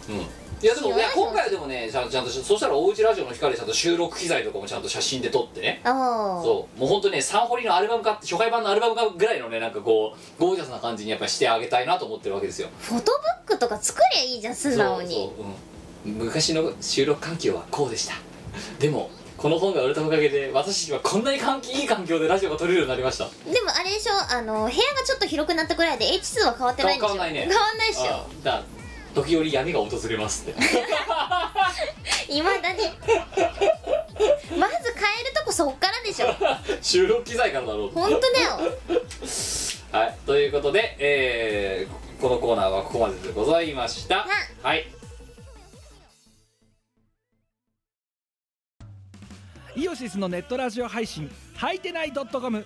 うんいやでもいいよいや今回はでもねちゃんちゃんとしそしたらおうちラジオの光でちゃんと収録機材とかもちゃんと写真で撮ってねああそうもう本当ねサンホリのアルバムか初回版のアルバムかぐらいのねなんかこうゴージャスな感じにやっぱりしてあげたいなと思ってるわけですよフォトブックとか作りゃいいじゃん素直にそうそう、うん、昔の収録環境はこうでしたでもこの本が売れたおかげで私たちはこんなに環境いい環境でラジオが撮れるようになりましたでもあれでしょあの部屋がちょっと広くなったぐらいで H2 は変わってないんでしょ変わんないね変わんないっしああだ時折闇が訪れますって ょいまだに まず変えるとこそっからでしょ収録機材からだろうと本当だよはい、ということで、えーこのコーナーはここまででございました。はい、イオシスのネットラジオ配信「はいてない .com」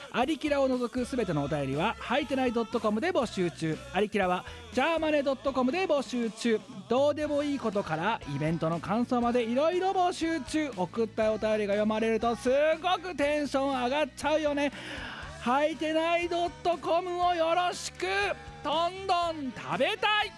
アリキラを除くすべてのお便りは、はいてない .com で募集中。アリキラは、ジャーマネ .com で募集中。どうでもいいことから、イベントの感想までいろいろ募集中。送ったお便りが読まれると、すごくテンション上がっちゃうよね。はいてない .com をよろしくどんどん食べたい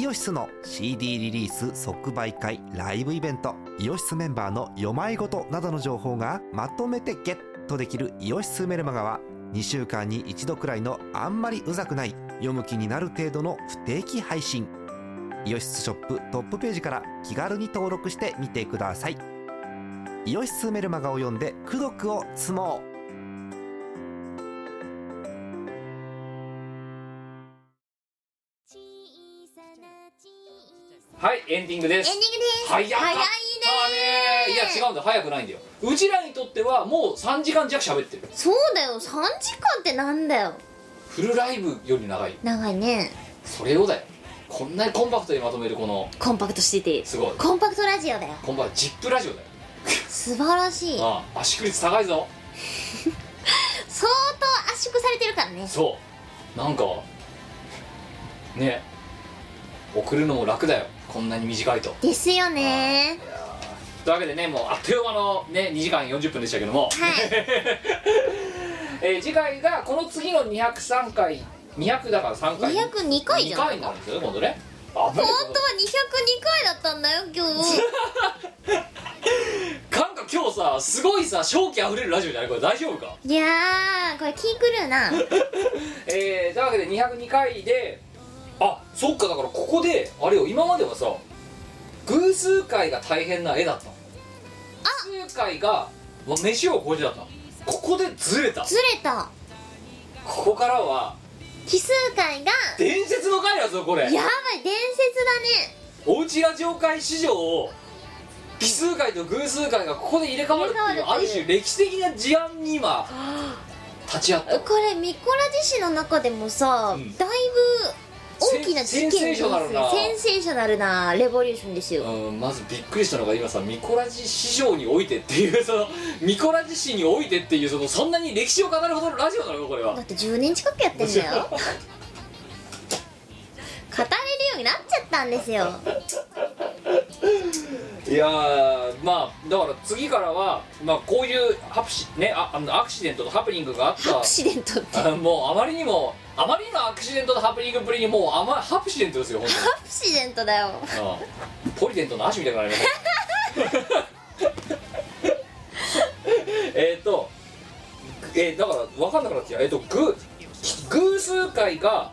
イオシスの CD リリース即売会ライブイベントイオシスメンバーの読まいごとなどの情報がまとめてゲットできる「イオシスメルマガ」は2週間に1度くらいのあんまりうざくない読む気になる程度の不定期配信イオシスショップトップページから気軽に登録してみてくださいイオシスメルマガを読んで「功徳を積もう」はい、エンディングでエンディンすグ。です早かった早いねねいや、違うんだ、早くないんだよ。うちらにとっては、もう3時間弱喋ってる。そうだよ3時間ってなんだよフルライブより長い。長いねそれをだよ。こんなにコンパクトにまとめる、この、コンパクトシティすごい。コンパクトラジオだよこんばんは、ジップラジオだよ。素晴らしい相ああ、圧縮率高いぞ。当圧縮されてるからねそう。なんか、ね、送るのも楽だよ。こんなに短いと。ですよねというわけでねもうあっという間のね2時間40分でしたけども、はいえー次回がこの次の203回200だから3回202回じゃん2回になるんですよね今度ねあぶ本ね当は202回だったんだよ今日なんか今日さすごいさ正気あふれるラジオじゃないこれ大丈夫かいやーこれ気狂うなえー、というわけで202回であそっかだからここであれよ今まではさ偶数回が大変な絵だったの偶数回がま飯を超えてだったのここでずれたずれたここからは奇数回が伝説の回だぞこれやばい伝説おうちラジオ界史上奇数回と偶数回がここで入れ替わるってい入れう替わあるるっていう種歴史的な事案に今立ち会っだたねこれミコラジ市の中でもさ、うんだいぶ大きな事件センセーショナルなセンセーショナルなレボリューションですよ、うんまずびっくりしたのが今さミコラジ史上においてっていうその ミコラジ史においてっていうそのそんなに歴史を語るほどのラジオなのかこれはだって10年近くやってんだよ語れるようになっちゃったんですよいやーまあだから次からは、まあ、こういうハプシ、ね、ああのアクシデントとハプニングがあったアクシデントってアあもうあまりにもあまりのアクシデントとハプニングぶりにもうあまハプシデントですよ本当にクシデントだよああポリデントの足みたいになりましたえっとえーだから分かんなくなってきたえっ、とグ偶偶数回が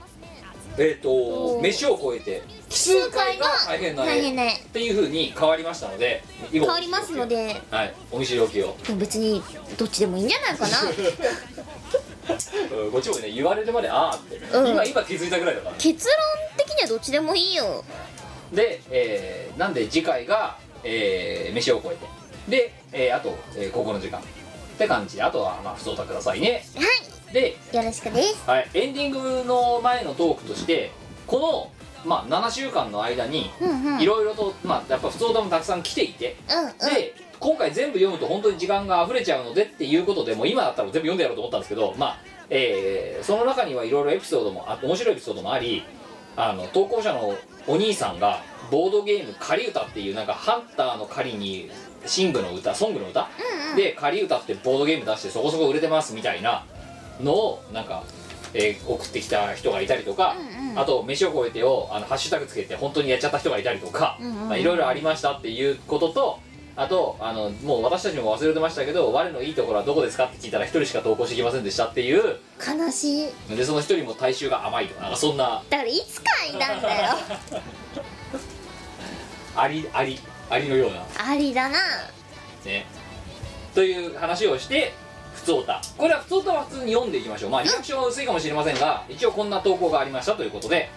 えっ、とおー飯を超えて奇数回が大変な大変絵っねていうふうに変わりましたので変変わりますのではいお見知りおきをでも別にどっちでもいいんじゃないか なうんこっちもね言われるまでああって、うん今今気づいたぐらいだから結論的にはどっちでもいいよで、えーなんで次回が、えー飯を超えてで、えーあと、えー、ここの時間って感じであとはまあ不相談くださいねはで、いよろしくですはい、エンディングの前のトークとしてこの、まあ、7週間の間にうんうんうんいろいろと、まあ、やっぱ不相談もたくさん来ていてうで今回全部読むと本当に時間が溢れちゃうのでっていうことでもう今だったら全部読んでやろうと思ったんですけどまあ、えーその中にはいろいろエピソードもあ面白いエピソードもありあの投稿者のお兄さんがボードゲーム「仮歌」っていうなんかハンターの仮にシングの歌ソングの歌、で仮歌ってボードゲーム出してそこそこ売れてますみたいなのをなんか、えー送ってきた人がいたりとか、うんうんあと「飯を超えて」をあのハッシュタグつけて本当にやっちゃった人がいたりとか、うんうんうんまあいろいろありましたっていうこととあとあのもう私たちも忘れてましたけど「我のいいところはどこですか?」って聞いたら一人しか投稿してきませんでしたっていうん悲しいでその一人も体臭が甘いとかなんかそんなだからいつかいたん だよありありありのようなありだなねという話をして普通歌これは普通歌は普通に読んでいきましょうまあリアクションは薄いかもしれませんが一応こんな投稿がありましたということで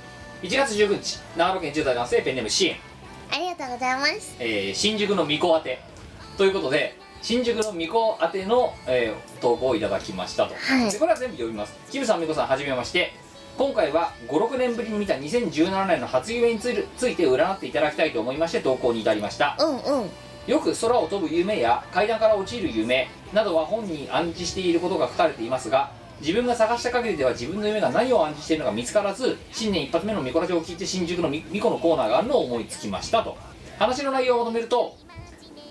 1月19日長野県10代男性ペンネーム支援ありがとうございますえー新宿の巫女宛てということで新宿の巫女宛ての、えー投稿をいただきましたと、はいでこれは全部読みますキムさん美子さんはじめまして今回は56年ぶりに見た2017年の初夢についるついて占っていただきたいと思いまして投稿に至りましたうんうんよく空を飛ぶ夢や階段から落ちる夢などは本に暗示していることが書かれていますが自分が探した限りでは自分の夢が何を暗示しているのか見つからず新年一発目のミコラジオを聞いて新宿のミミコのコーナーがあるのを思いつきましたと話の内容をまとめると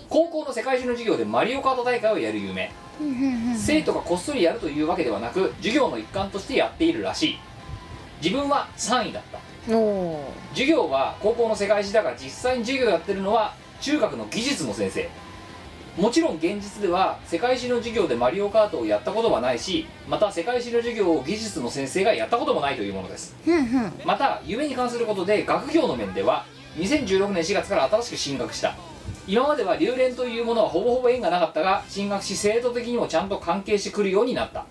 高校の世界中の授業でマリオカート大会をやる夢うんうんうん生徒がこっそりやるというわけではなく授業の一環としてやっているらしい自分は3位だったおー授業は高校の世界史だが実際に授業やってるのは中学の技術の先生もちろん現実では世界史の授業でマリオカートをやったことはないしまた世界史の授業を技術の先生がやったこともないというものですうんうんまた夢に関することで学業の面では2016年4月から新しく進学した今までは留年というものはほぼほぼ縁がなかったが進学し生徒的にもちゃんと関係してくるようになった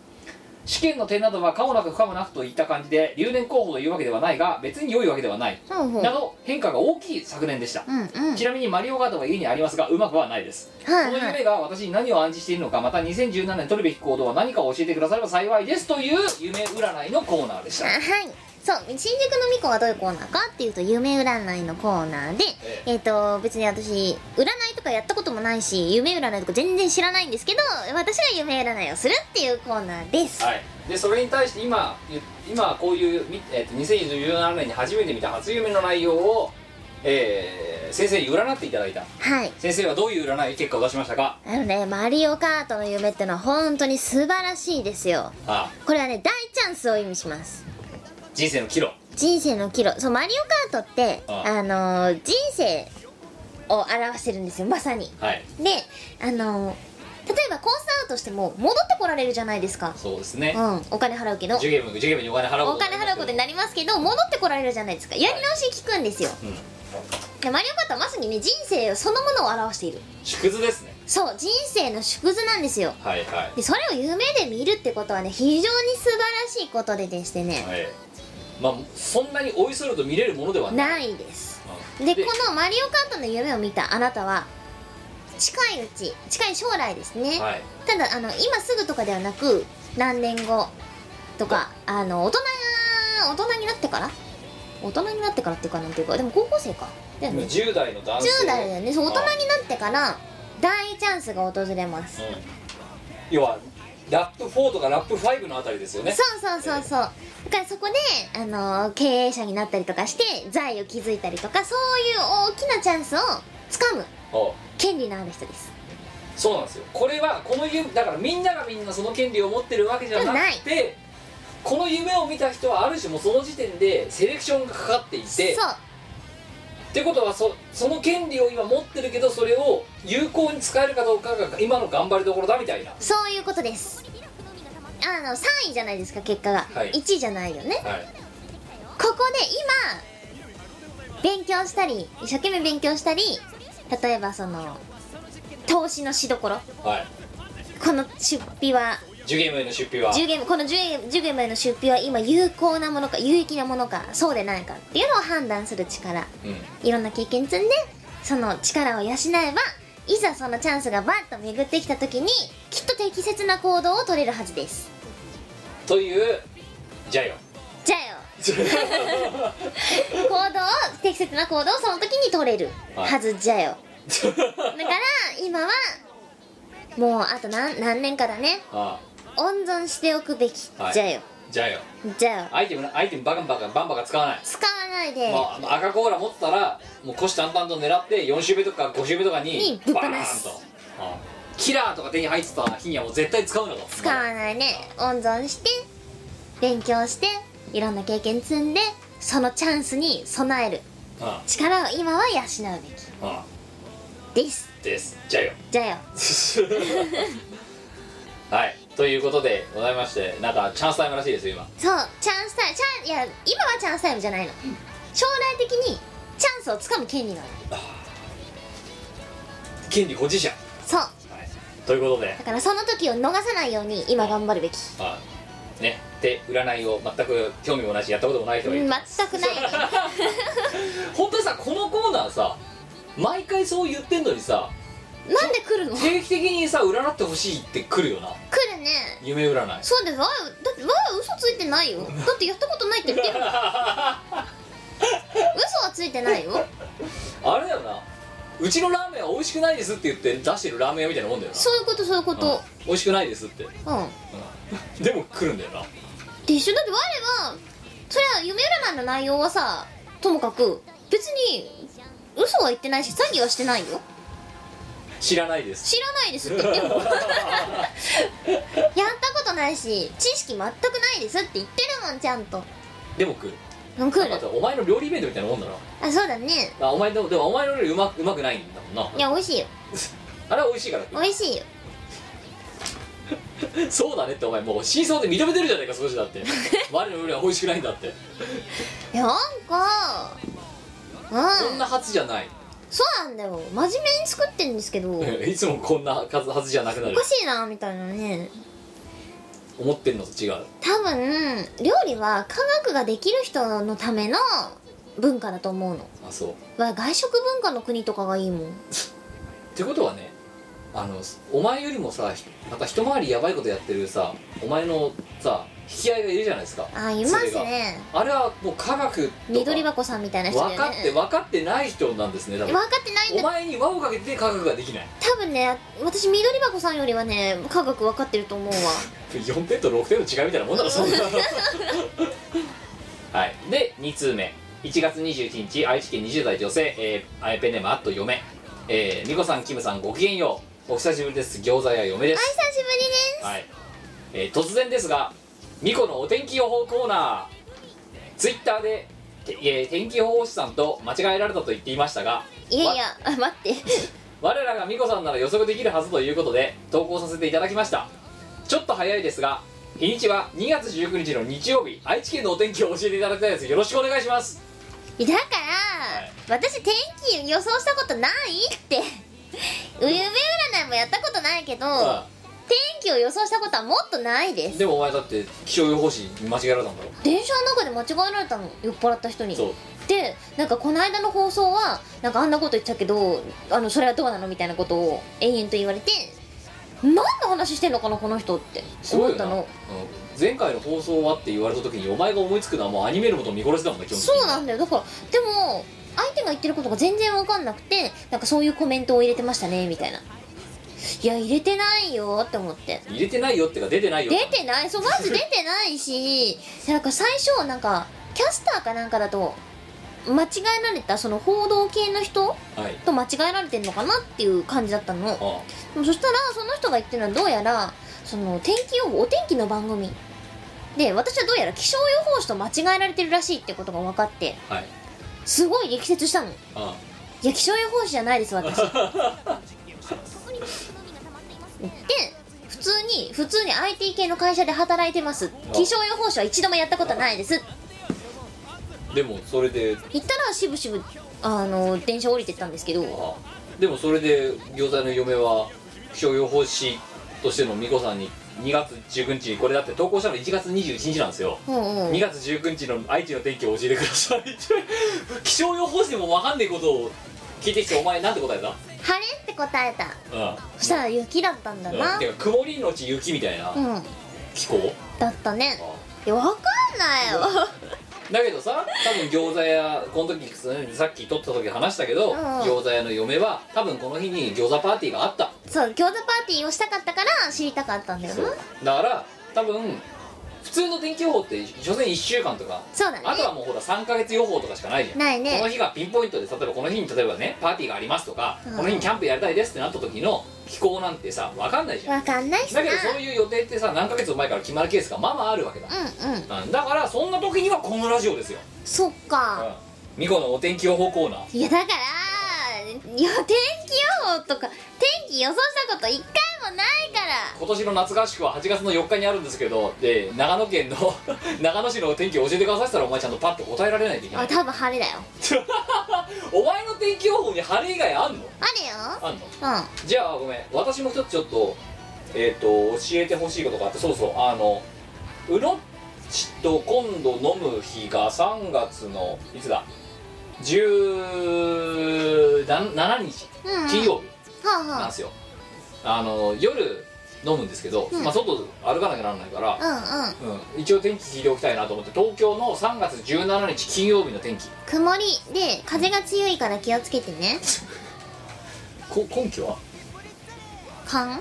試験の点などはかもなく不可もなくといった感じで留年候補というわけではないが別に良いわけではないほうほうなど変化が大きい昨年でした、うんうんちなみにマリオカートは家にありますがうまくはないです、はいこのはい夢が私に何を暗示しているのかまた2017年取るべき行動は何かを教えてくだされば幸いですという夢占いのコーナーでしあたはいそう新宿のみこはどういうコーナーかっていうと夢占いのコーナーでええっ、と別に私占いとかやったこともないし夢占いとか全然知らないんですけど私が夢占いをするっていうコーナーですはい、でそれに対して今ゆ今こういう、みえっと2017年に初めて見た初夢の内容を、えー先生に占っていただいたはい先生はどういう占い結果を出しましたかあのねマリオカートの夢ってのは本当に素晴らしいですよあこれはね大チャンスを意味します人生の岐路人生の岐路そうマリオカートってあああのー人生を表してるんですよまさにはいであのー例えばコースアウトしても戻ってこられるじゃないですかそうですねうんお金払うけど受験部受験部にお金払うおこと金払うことにななりますけど戻ってこられるじゃないですかやり直し聞くんですよ、うんでマリオカートはまさにね人生そのものを表している縮図ですねそう人生の縮図なんですよはいはいでそれを夢で見るってことはね非常に素晴らしいことででしてねはいまあそんなにおいそると見れるものではないないですうでんこのマリオカートの夢を見たあなたは近いうち近い将来ですね、はいただあの今すぐとかではなく何年後とかあの大人が大人になってから大人になってからっていうかなんていうかでも高校生かだよね10代の男性10代だよねそう大人になってから大チャンスが訪れます、うん要はラップ4とかラップ5のあたりですよねそうそうそうそうだからそこで、あの経営者になったりとかして財を築いたりとかそういう大きなチャンスをつかむお権利のある人ですそうなんですよこれはこの夢だからみんながみんなその権利を持ってるわけじゃなくてこの夢を見た人はある種もうその時点でセレクションがかかっていそうてってことはそその権利を今持ってるけどそれを有効に使えるかどうかが今の頑張りどころだみたいなそういうことですあの3位じゃないですか結果が、はい1位じゃないよねはいここで今勉強したり一生懸命勉強したり例えばその投資のしどころはいこの出費は受験部への出費は10ゲームこの10ゲーム10ゲームへの出費は今有効なものか有益なものかそうでないかっていうのを判断する力うんいろんな経験積んでその力を養えばいざそのチャンスがバッと巡ってきた時にきっと適切な行動を取れるはずですというじゃよじゃあよ行動を適切な行動をその時に取れるはずじゃよ、だから今はもうあと何何年かだねああ温存しておくべき、はいじゃよじゃあよじゃよアイテムなアイテムバカンバカンバンバカ使わない、使わないで、まあ、赤コーラ持ったらもう虎視眈々と狙って4周目とか5周目とかににぶっバ放ーンすと、ああキラーとか手に入ってた日にはもう絶対使うのか使わないね温存して勉強していろんな経験積んでそのチャンスに備えるあ力を今は養うああべきですあですじゃあよじゃあよはいということでございましてなんかチャンスタイムらしいですよ今そうチャンスタイムチャンいや今はチャンスタイムじゃないの将来的にチャンスをつかむ権利なの権利保持者、そうということでだからその時を逃さないように今頑張るべきああねで占いを全く興味もないしやったこともない人がいる、全くないね本当にさこのコーナーさ毎回そう言ってんのに さなんで来るの来定期的にさ占ってほしいって来るよなるね夢占い そうですわあだってわあ嘘ついてないよだってやったことないって言ってるもん嘘はついてないよあれだよなうちのラーメンは美味しくないですって言って出してるラーメン屋みたいなもんだよなそういうことそういうこと美味しくないですってうん、でも来るんだよなで一緒だって我はそりゃ夢占いの内容はさともかく別に嘘は言ってないし詐欺はしてないよ知らないです 知らないですって言ってもやったことないし知識全くないですって言ってるもんちゃんとでも来るうん来るあとお前の料理イベントみたいなもんだなあそうだねあお前でもでもお前の料理うまうまくないんだもんないや美味しいよあれは美味しいから美味しいよ そうだねってお前もう真相で認めてるじゃないか少しだ って我の料理は美味しくないんだっていやなんかそうんんなはずじゃないそうなんだよ真面目に作ってるんですけどお いつもこんな数はずじゃなくなるかしいなみたいなね思ってるのと違う多分料理は科学ができる人のための文化だと思うのあそうっわ外食文化の国とかがいいもんてことはねあのお前よりもさひまた一回りやばいことやってるさお前のさ引き合いがいるじゃないですかあいますそれねがあれはもう科学とか緑箱さんみたいな人だ分かよってね分かってない人なんですね多分分かってないんおだ前に輪をかけて科学ができない多分ね私緑箱さんよりはね科学分かってると思 うわ4点と6点の違いみたいなもんだろそんなのはいで2通目1月21日愛知県20代女性、えー、あやペンネームあっと嫁えー、みこさんキムさんごきげんようお久しぶりです餃子屋嫁でお久す、しぶりですはいえー突然ですがみこのお天気予報コーナーツイッターで、てえー天気予報士さんと間違えられたと言っていましたがいやいやあ待って我らが美子さんなら予測できるはずということで投稿させていただきましたちょっと早いですが日にちは2月19日の日曜日愛知県のお天気を教えていただきたいですよろしくお願いしますだから、い私天気予想したことないって上上占いもやったことないけどあ天気を予想したことはもっとないですでもお前だって気象予報士に間違えられたんだろ電車の中で間違えられたの酔っ払った人にそうでなんかこの間の放送はなんかあんなこと言ってたけどあのそれはどうなのみたいなことを延々と言われて何の話してんのかなこの人ってすごい思っよなたのうん前回の放送はって言われた時にお前が思いつくのはもうアニメのことを見殺しだもんね基本的にそうなんだよだからでも相手が言ってることが全然わかんなくてなんかそういうコメントを入れてましたねみたいないや入れてないよって思って入れてないよってか出てないよ出てないそうまず出てないし なんか最初なんかキャスターかなんかだと間違えられたその報道系の人はいと間違えられてんのかなっていう感じだったのであもそしたらその人が言ってるのはどうやらその天気予報お天気の番組で私はどうやら気象予報士と間違えられてるらしいってことが分かってあはいすごい力説したのいあや気象予報士じゃないです私で普通通に普通に IT 系の会社で働いてます気象予報士は一度もやったことないですでもそれで行ったらしぶしぶあの電車降りてったんですけどあでもそれで餃子の嫁は気象予報士としての美子さんに2月19日にこれだって投稿したの1月21日なんですよ、うんうん2月19日の愛知の天気を教えてくださいって 気象予報士でもわかんないことを聞いてきてお前なんて答えた晴れって答えたうそしたら雪だったんだん、なてか曇りのち雪みたいなうん気候、だったねいやわかんないよだけどさ多分餃子屋この時さっき撮った時話したけど、ん餃子屋の嫁は多分この日に餃子パーティーがあったそう餃子パーティーをしたかったから知りたかったんだよなだから多分普通の天気予報って所詮1週間とかそうだねあとはもうほら3か月予報とかしかないじゃんないねこの日がピンポイントで例えばこの日に例えばねパーティーがありますとか、うんこの日にキャンプやりたいですってなった時の気候なんてさ分かんないじゃんわかんないしなだけどそういう予定ってさ何ヶ月も前から決まるケースがまあまああるわけだ、うんうんうんだからそんな時にはこのラジオですよ、そっうかん、ミコのお天気予報コーナーいやだからいや天気予報とか天気予想したこと一回もないから今年の夏合宿は8月の4日にあるんですけどで長野県の 長野市のお天気を教えてくださいって言ったらお前ちゃんとパッと答えられないといけなあい多分晴れだよお前の天気予報に晴れ以外あんのああんのるよじゃあごめん私も一つちょっとえっ、と教えてほしいことがあってそうそうあのうろっちと今度飲む日が3月のいつだ17日うんうんうん金曜日はあなんはですよ、あの夜飲むんですけど、うんまあ、外歩かなきゃならないから、あうんうんうん、一応天気聞いておきたいなと思って東京の3月17日金曜日の天気曇りで風が強いから気をつけてねこ根拠は勘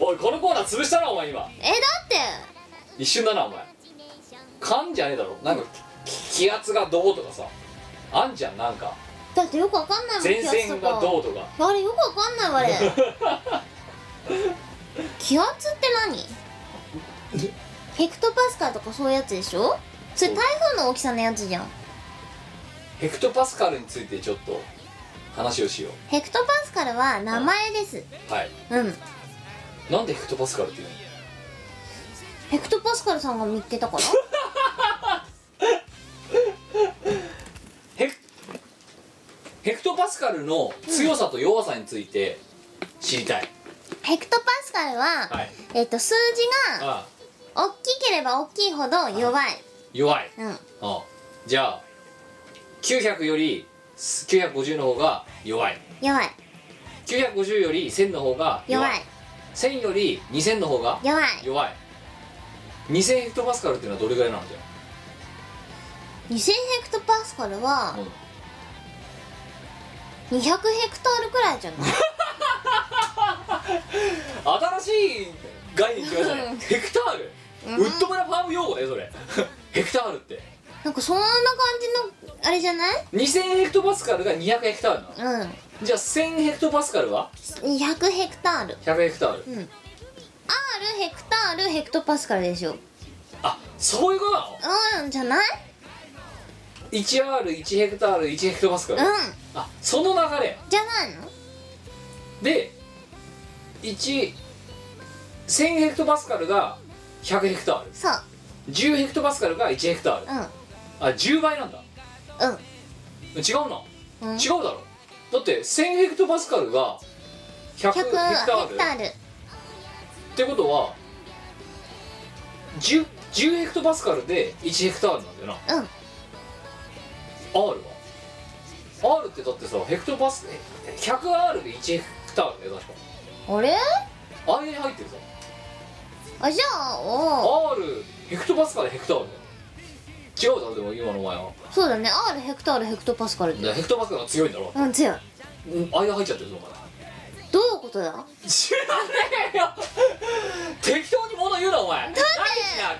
おいこのコーナー潰したなお前今えだって一瞬だなお前勘じゃねえだろなんかき気圧がどうとかさあんじゃんなんかだってよくわかんないもん前気圧と線がかどうとかあれよくわかんないわあれ 気圧って何ヘクトパスカルとかそういうやつでしょそれ台風の大きさのやつじゃんヘクトパスカルについてちょっと話をしよヘクトパスカルは名前ですうはいうんなんでヘクトパスカルっていうのヘクトパスカルさんが見て たからヘクヘクトパスカルの強さと弱さについて知りたい、ヘクトパスカルは、はいえっと数字がああ大きければ大きいほど弱い、弱いうんあじゃあ900より950の方が弱い弱い950より1000の方が弱弱いい1000より2000の方が弱い弱い2000ヘクトパスカルっていうのはどれぐらいなんだよ、 2000ヘクトパスカルはうん200ヘクタールくらいじゃ ない新しい概念きましたねヘクタール、ウッド村ファーム用語だよそれ ヘクタールってなんかそんな感じのあれじゃない2000ヘクトパスカルが200ヘクタールなのうんじゃあ1000ヘクトパスカルは200ヘクタール R 100ヘクタール、ヘクタールヘクトパスカルでしょあそういうことなのうんじゃない 1R1 ヘクタール1ヘクトパスカうんル、あその流れじゃないので1 1000ヘクトパスカルが100ヘクタールそう10ヘクトパスカルが1ヘクタールうあ10倍なんだん違うな、うん違うだろだって1000ヘクトパスカルが100 100ヘヘクタールクっタールてことは 10, 10ヘクトパスカルで1ヘクタールなんだよなうん R は R ってだってさヘクトパス 100R で1ヘクタールだよ確あれかあれに入ってるさあじゃあお R ヘクトパスカルヘクタールだよ違うだろでも今のお前はそうだね R ヘクタールヘクトパスカルだからヘクトパスカルが強いんだろうん強いうん間入っちゃってるぞお前どういうことだ知らねえよ適当に物言うなお前だって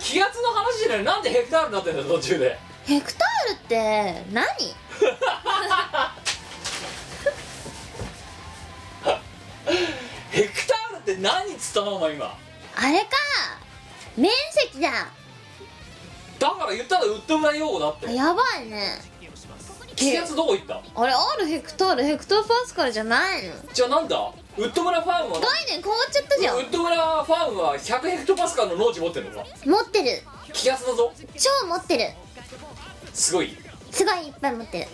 気圧の話じゃないのになんでヘクタールになってんだよ途中でヘクタールって何ヘクタールって何っつったのお前今あれか面積だだから言ったらウッド村用語だってあやばいね気圧どこ行ったあれあるヘクタールヘクターパスカルじゃないのじゃあなんだウッド村ファームは概念変わっちゃったじゃんウッド村ファームは100ヘクトパスカルの農地持ってるのか持ってる気圧だぞ超持ってるすごいすごいいっぱい持ってる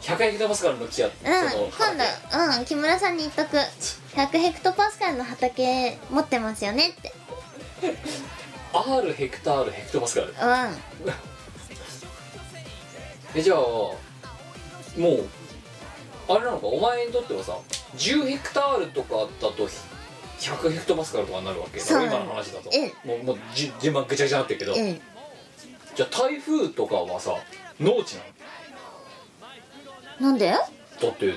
100ヘクトパスカルの気圧うん今度うん木村さんに言っとく100ヘクトパスカルの畑持ってますよねって度 R ヘクタールヘクトパスカルうんえじゃあもうあれなのかお前にとってはさ10ヘクタールとかだと100ヘクトパスカルとかになるわけそう今の話だと、えもうもうじ順番ぐちゃぐちゃになってるけど、うんじゃあ台風とかはさ農地ななんでのだって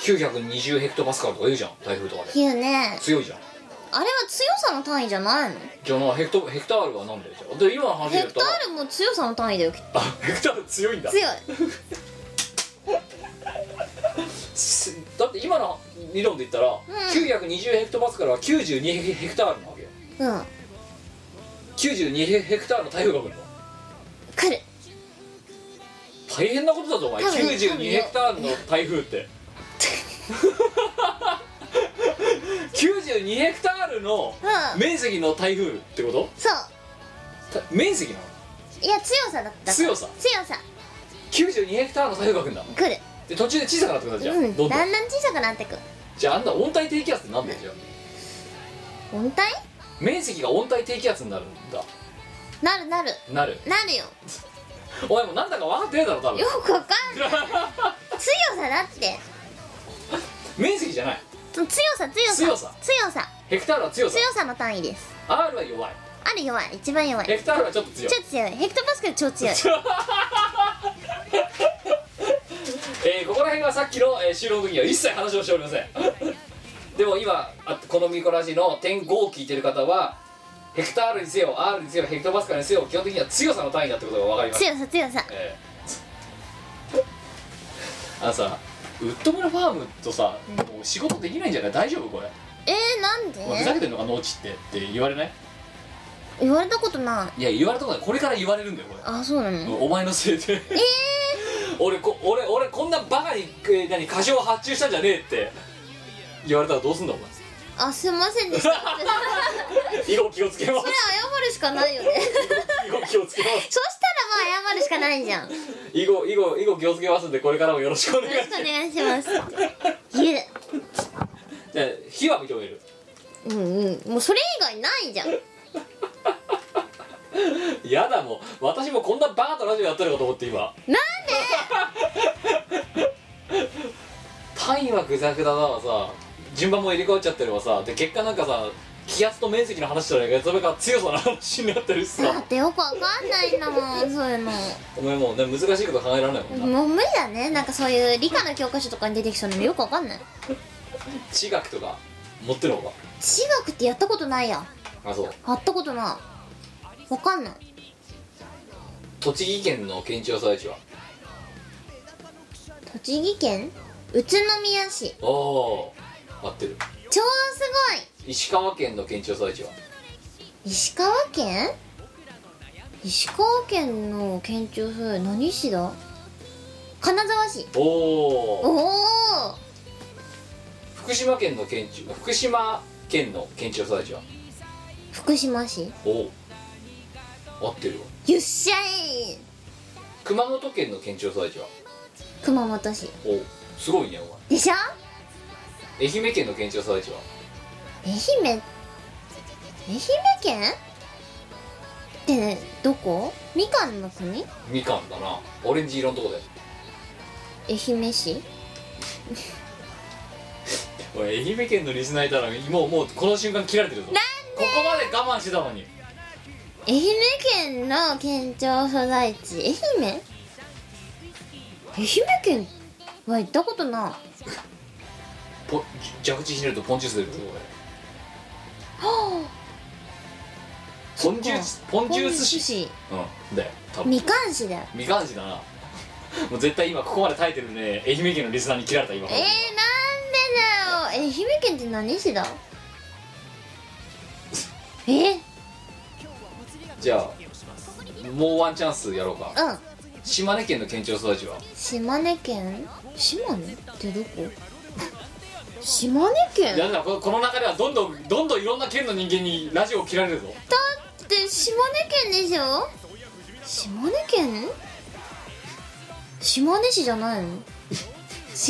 920ヘクトパスカルとか言うじゃん台風とかで言うね強いじゃんあれは強さの単位じゃないのじゃあまあヘクトヘクタールはなんだよじゃあで今の話でヘ言うクタとールも強さの単位だよきっとあヘクタール強いんだ強いすだって今の理論で言ったら、920ヘクトパスカルは92ヘヘクタールなわけようん92ヘヘクタールの台風が来るの来る大変なことだぞお前多分92ヘクタールの台風って 92ヘクタールのうん面積の台風ってことそうた面積なのいや強さだった強さ強さ92ヘクタールの台風が来るんだ来るで途中で小さくなってくるじゃん、うんどんどんだんだん小さくなってくじゃああんな温帯低気圧ってなんだよじゃあ温帯面積が温帯低気圧になるんだなるなるなるなるよお前もうなんだか分かってるだろ多分よくわかんない 強さだって面積じゃない強さ強さ強さ強さヘクタールは強さ強さの単位です R は弱いある弱い一番弱いヘクタールはちょっと強い超強いヘクトパスカル超強いえーここら辺はさっきの、えー収録の時には一切話をしておりませんでも今あこのミコラジの点5を聞いてる方はヘクタールにせよ R にせよヘクトパスカルにせよ基本的には強さの単位だってことが分かります、強さ強さえーあのさウッド村ファームとさもう仕事できないんじゃない大丈夫これ、えー、なんでお前ふざけてんのか農地ってって言われない言われたことないいや言われたことないこれから言われるんだよこれあそうなのお前のせいで、俺こ俺俺こんなバカに、えー何過剰発注したんじゃねえって言われたらどうすんだお前あすいませ んでしたそれは以後気をつけ ます謝るしかないよね以後気をつけます そしたらまあ謝るしかないじゃんよ以後以後以後気をつけますんでこれからもよろしくお願いろししくお願いします言うますじゃあ火は認めるうんうんもうそれ以外ないじゃんやだもう私もこんなバカとラジオやってるかと思って今なんで単位はグザグザだわさ順番も入れ替わっちゃってるわさで結果なんかさ気圧と面積の話じゃないかそれから強さの話になってるしださってよくわかんないんだもんそういうのお前もうね難しいこと考えられないもんなもう無理だねなんかそういう理科の教科書とかに出てきそうなのよくわかんない地学とか持ってるのか地学ってやったことないやんあそうやったことないわかんない栃木県の県庁所在地は栃木県宇都宮市ああ合ってる超す石川県の県庁所在地はごい石川県石川県の県庁所在何市だ金沢市おおおお福島県の県庁福島県の県庁所在地は福島市おお合ってるわよっしゃい熊本県の県庁所在地は熊本市おおすごいねおでしょ前愛媛県の県庁所在地は愛媛愛媛県ってどこみかんの国みかんだなオレンジ色のとこで愛媛市おい愛媛県のリスナーいたらもうもうこの瞬間切られてるぞここまで我慢してたのに愛媛県の県庁所在地愛媛愛媛県は行ったことなポ蛇口ひねるとポンチュース出るぞこれいはあポンジュースポンジュース寿市司うんだよ多分みかん市だよみかん市だな もう絶対今ここまで耐えてるね愛媛県のリスナーに切られた今えー、なんでだよ愛媛県って何市だえじゃあもうワンチャンスやろうかうん島根県の県庁育ちは島根県島根ってどこ島根県いやだからここの中ではどんどんどんどんいろんな県の人間にラジオを切られるぞだって島根県でしょ島根県島根市じゃないの違う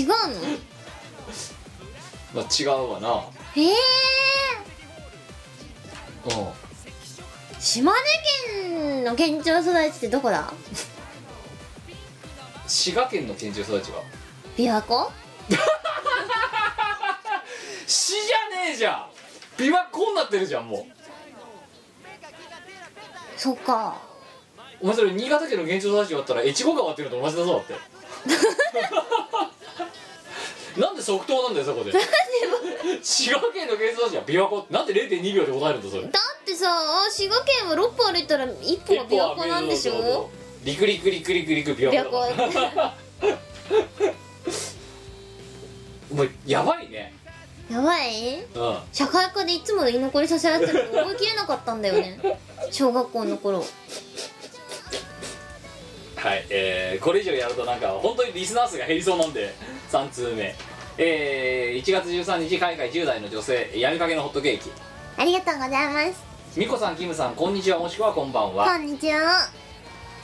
のまあ違うわなええうんー、島根県の県庁所在地ってどこだ滋賀県の県庁育ちは琵琶湖市じゃねえじゃん琵琶湖になってるじゃんもそっかうお前それ新潟県の現状差しだったら越後川っていうの と同じだぞだってなんで即答なんだよそこ で滋賀県の現状差しは琵琶湖なんで0.2秒で答えるんだそれだってさ滋賀県は6歩歩いたら1歩は琵琶湖なんでしそうそうょそうリクリクリクリクリク琵琶湖だ琵 お前やばいねやばいうん社会科でいつも居残りさせられてるの覚えきれなかったんだよね 小学校の頃はい、えーこれ以上やるとなんか本当にリスナー数が減りそうなんで3通目、えー1月13日海外10代の女性闇かけのホットケーキありがとうございますみこさんキムさんこんにちはもしくはこんばんこはんにちは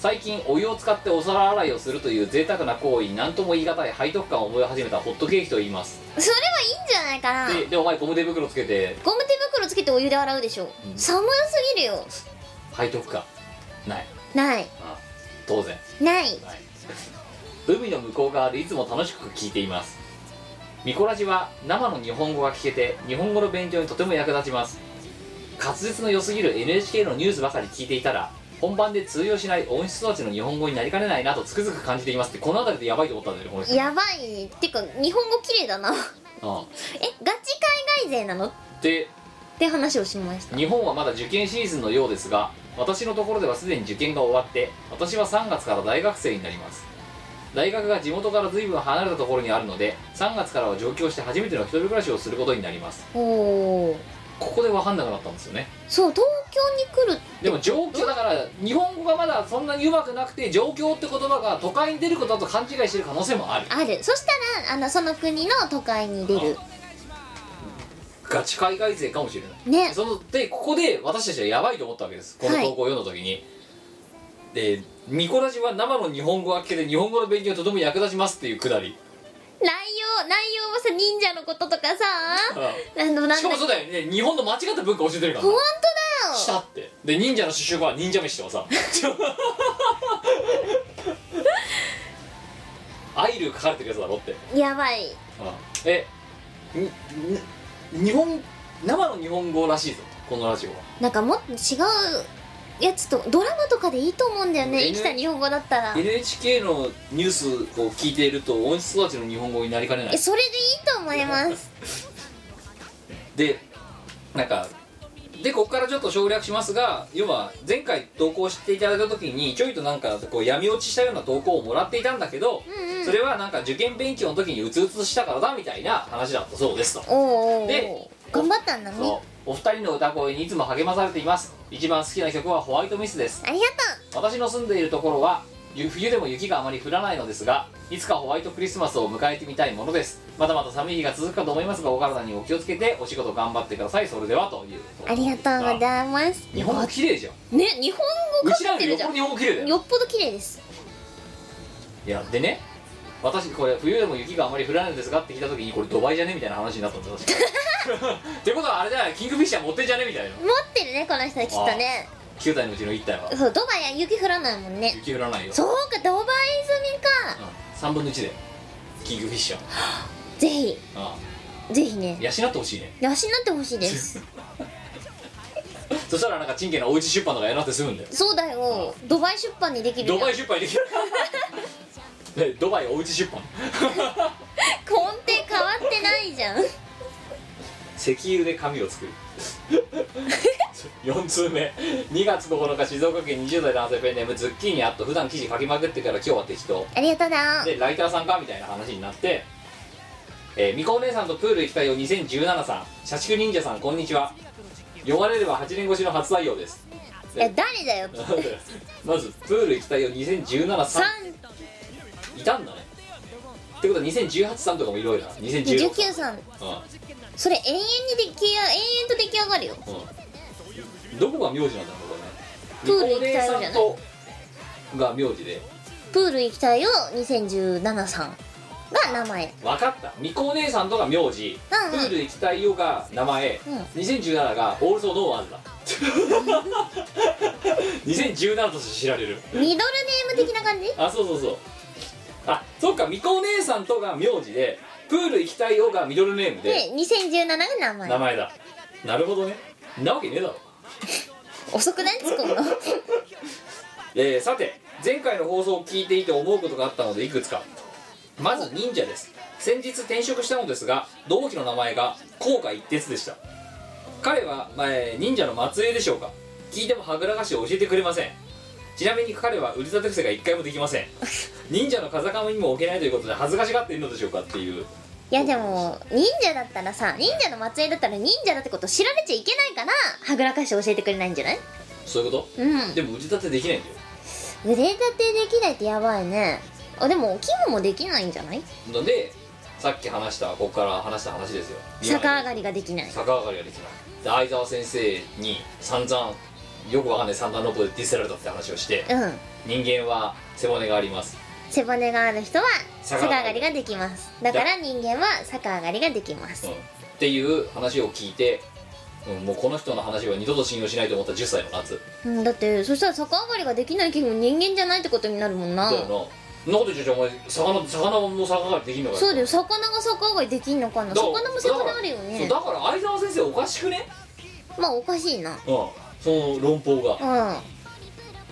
最近お湯を使ってお皿洗いをするという贅沢な行為何とも言い難い背徳感を覚え始めたホットケーキと言いますそれはいいんじゃないかなででお前ゴム手袋つけてゴム手袋つけてお湯で洗うでしょ、うん寒すぎるよ背徳感ないないあ当然ないはい海の向こう側でいつも楽しく聞いていますミコラジは生の日本語が聞けて日本語の勉強にとても役立ちます滑舌の良すぎる NHK のニュースばかり聞いていたら本番で通用しない音質育ちの日本語になりかねないなとつくづく感じていますってこの辺りでやばいと思ったんだよねこの人やばいってか日本語綺麗だな えガうチ海外勢なのっん、でて話をしました日本はまだ受験シーズンのようですが私のところではすでに受験が終わって私は3月から大学生になります大学が地元から随分離れたところにあるので3月からは上京して初めての一人暮らしをすることになりますおおここで分かんなくなったんですよねそう東京に来るでも上京だから日本語がまだそんなにうまくなくて上京って言葉が都会に出ることだと勘違いしてる可能性もあるあるそしたらあのその国の都会に出るガチ海外勢かもしれないねそのでここで私たちはやばいと思ったわけですこのはい投稿を読んだ時に、で「ミコラジは生の日本語が聞けて日本語の勉強にとても役立ちます」っていうくだり内容内容はさ忍者のこととかさあのなんだしかもそうだよね日本の間違った文化教えてるから本な当だしたよってで忍者の主食は忍者飯とか さアイル書かれてるやつだろって、うんやばいえにに日本生の日本語らしいぞこのラジオはなんかもっと違うやつとドラマとかでいいと思うんだよねうん生きた日本語だったら NHK のニュースを聞いていると音質育ちの日本語になりかねないえそれでいいと思いますでなんかでここからちょっと省略しますが要は前回投稿していただいた時にちょいとなんかこう闇落ちしたような投稿をもらっていたんだけど、うんうんそれはなんか受験勉強の時にうつうつしたからだみたいな話だったそうですとおうおうでおう頑張ったんだねそうお二人の歌声にいつも励まされています一番好きな曲は「ホワイトミス」ですありが私の住んでいるところはゆ冬でも雪があまり降らないのですがいつかホワイトクリスマスを迎えてみたいものですまだまだ寒い日が続くかと思いますがお体にお気をつけてお仕事頑張ってくださいそれではというとうありがとうございます日本語綺麗じゃんね日本う語ち書らかよりよってるっじぽゃどん日本語綺麗だよよっぽど綺麗ですいやでね私これ冬でも雪があまり降らないんですがって聞いた時にこれドバイじゃねみたいな話になったんですよ確 かってことはあれじゃないキングフィッシャー持ってんじゃねみたいな持ってるねこの人きっとね9体のうちの1体はそうドバイは雪降らないもんね雪降らないよ、そうかドバイ済みうかん、3分の1でキングフィッシャーぜひうぜひんね養ってほしいね養ってほしいです そしたらなんかチンケなおうち出版とかやらなくて済むんだよそうだよドバイ出版にできるドバイイ出版できるねドバイおうち出版根底変わってないじゃん石油で紙を作る4通目2月9日静岡県20代男性ペンネームズッキーニあっと普段記事書きまくってから今日は適当ありがとうだでライターさんかみたいな話になって、えー、みこお姉さんとプール行きたいよ2017さん社畜忍者さんこんにちは呼ばれれば8年越しの初採用ですいや誰だよってまずプール行きたいよ2017 3さんいたんだねってことは2018さんとかもいろいろな2016 19さんうそれ永遠に出来上永遠と出来上がるよんうんどこが名字なんだろうプーこれルね行きたいよじゃニコない姉さんとが名字でプール行きたいよ2017さんが名前分かったみこお姉さんとが名字、うんうんプール行きたいよが名前、うん2017がオールソーノーワンズだ 2017として知られるミドルネーム的な感じあそうそうそうあそっかみこお姉さんとが名字でプール行きたいよがミドルネームでで2017が名前名前だなるほどねんなわけねえだろ遅くない突っ込むのえーさて前回の放送を聞いていて思うことがあったのでいくつかまず忍者です先日転職したのですが同期の名前が甲賀一徹でした彼は、まあえー忍者の末裔でしょうか聞いてもはぐらかしを教えてくれませんちなみに彼は売り立て伏せが一回もできません忍者の風上にも置けないということで恥ずかしがっているのでしょうかっていういやでも忍者だったらさ忍者の末裔だったら忍者だってこと知られちゃいけないからはぐらかして教えてくれないんじゃないそういうこうんとでも売り立てできないんだよ腕立てできないってやばいねあでもお肝もできないんじゃないのでさっき話したここから話した話ですよ逆上がりができない逆上がりができないで相沢先生に散々よくわかんない三段ロープでディスられたって話をしてうん人間は背骨があります背骨がある人は逆逆上がり上がりができますだから人間は逆上がりができますうんっていう話を聞いて、うんもうこの人の話は二度と信用しないと思った10歳の夏うんだってそしたら逆上がりができないけど人間じゃないってことになるもんなだよな、そんなこと言っちゃお前魚魚も逆上がりできんのかよそうだよ魚が逆上がりできんのかなだから魚も逆上がるよねそうだから相沢先生おかしくねまあおかしいなうんうんその論法が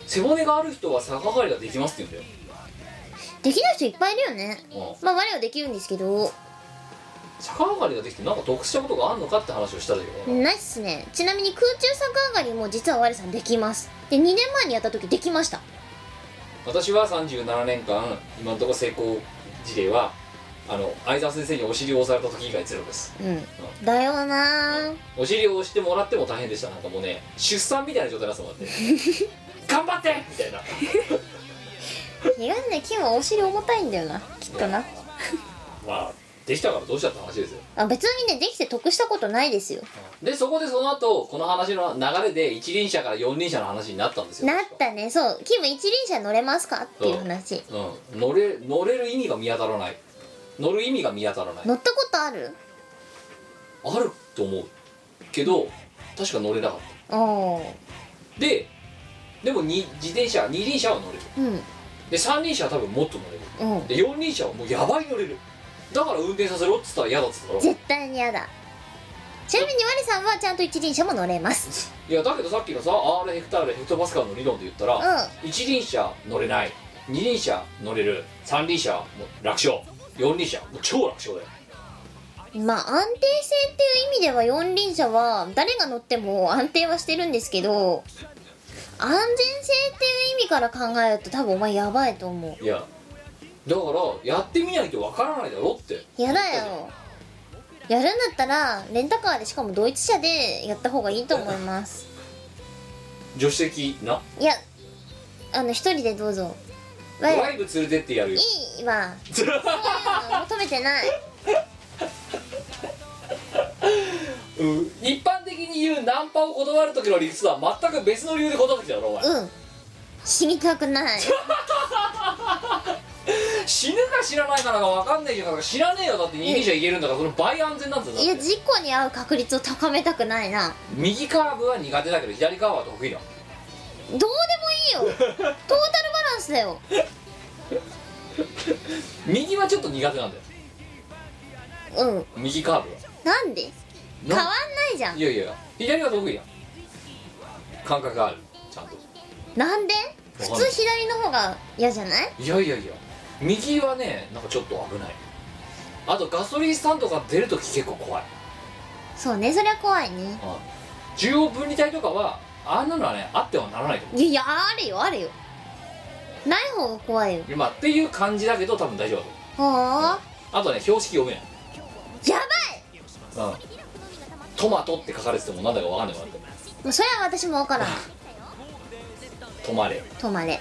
背骨がある人は逆上がりができますって言うんできない人いっぱいいるよねだよ、うん、まあ我はできるんですけど逆上がりができてなんか得したことがあんのかって話をしたんだけどなないっすねちなみに空中逆上がりも実は我さんできますで2年前にやった時できました私は37年間今のところ成功事例はあの相沢先生にお尻を押された時以外ゼロですうんだよなーお尻を押してもらっても大変でしたなんかもうね出産みたいな状態だそうだって 頑張ってみたいな東根金はお尻重たいんだよなきっとなまあできたからどうしたって話ですよあ別にねできて得したことないですよでそこでその後この話の流れで一輪車から四輪車の話になったんですよなったねそうキム一輪車乗れますかっていう話うん乗れ乗れる意味が見当たらない乗る意味が見当たらない乗ったことあるあると思うけど確か乗れなかっおーたででもに自転車二輪車は乗れるうんで三輪車は多分もっと乗れるうんで四輪車はもうやばい乗れるだから運転させろっつったら嫌だっつったろ絶対に嫌だちなみに我さんはちゃんと一輪車も乗れますいやだけどさっきのさ R ヘクタールヘクトパスカルの理論で言ったら、う一輪車乗れない二輪車乗れる三輪車もう楽勝四輪車もう超楽勝だよんまあ安定性っていう意味では四輪車は誰が乗っても安定はしてるんですけど安全性っていう意味から考えると多分お前やばいと思いやだからやってみないとわからないだろってうやだよやるんだったらレンタカーでしかもドイツ車でやった方がいいと思います助手席ないやあの一人でどうぞド我ライブ連れてってやるよいいわそういうの求めてないうん一般的に言うナンパを断る時の理屈とは全く別の理由で断ってきただろお前うん死にたくない死ぬか死なないかなんか分かんないけど知らねえよだって二輪車いけるんだからその倍安全なんだよだっいてや事故に遭う確率を高めたくないな右カーブは苦手だけど左カーブは得意だどうでもいい よトータルバランスだよ右はちょっと苦手なんだようん右カーブはなんで変わんなないじゃんいやいや左は得意だ感覚があるちゃんとなんでわ普かんない通左の方が嫌じゃないいやいやいや右はねなんかちょっと危ないあとガソリンスタンドが出るとき結構怖い、そうねそりゃ怖いねうん、中央分離帯とかはあんなのはねあってはならないと思いやいやあるよあるよない方が怖いようまあっていう感じだけど多分大丈夫だと思うはああとね標識読めないやばうんトマトって書かれててもなんだかわかんなくなって いもうそれは私も分からん止まれ止まれ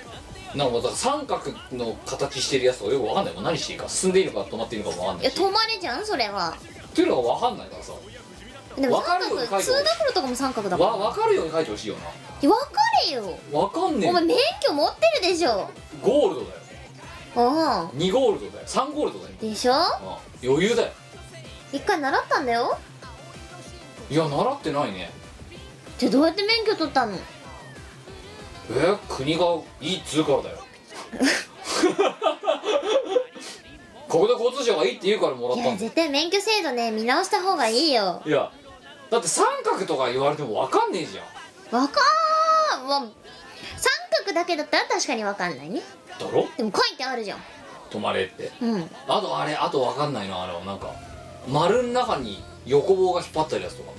なんかだから三角の形してるやつとかよくわかんないもん何していいか進んでいいのか止まっていいのかもわかんいなやいし止まれじゃんそれはっていうのがわかんないからさでもわかるよ三書い角てツーダブルとかも三角だもんわ分かるように書いてほしいよないやわかれよ分かんねお前え免許持ってるでしょゴールドだようん2ゴールドだよ3ゴールドだよでしょうん余裕だよ一回習ったんだよいや習ってないねじゃあどうやって免許取ったのえー国がいいっつう からだよ国土交通省がいいって言うからもらっいたやんだよ絶対免許制度ね見直した方がいいよいやだって三角とか言われても分かんねえじゃんわかーわ三角だけだったら確かにわかんないねだろでも書いてあるじゃん止まれってうんあとあれあと分かんないのあのなんか丸の中に横棒が引っ張ってるやつとか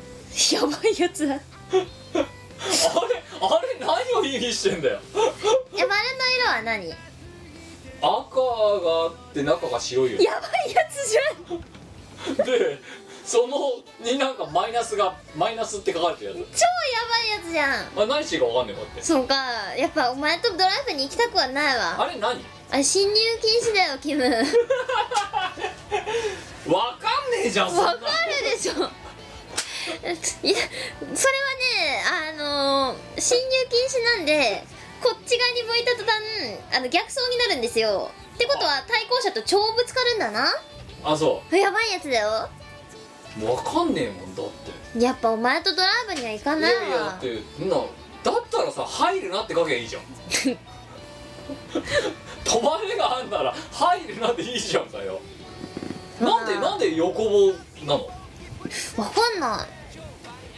やばいやつだあれあれ何を意味してんだよえ丸の色は何や赤があって中が白いよばいやつじゃんでそのになんかマイナスがマイナスって書かれてるや超やばいやつじゃんつ、まあ、何していいか分かんねえかってそうかやっぱお前とドライブに行きたくはないわあれ何あれ侵入禁止だよキムわ分かんねえじゃんそんなかるでしょ いやそれはねあのー侵入禁止なんでこっち側に向いた途端あの逆走になるんですよってことは対向車と超ぶつかるんだなあそやばいやつだよう分かんねえもんだってやっぱお前とドライブには行かいないやいやだわってそんなだったらさ「入るな」って書けばいい じゃん止まれがあんなら「入るな」でいいじゃんかよなんでなんで横棒なのわかんな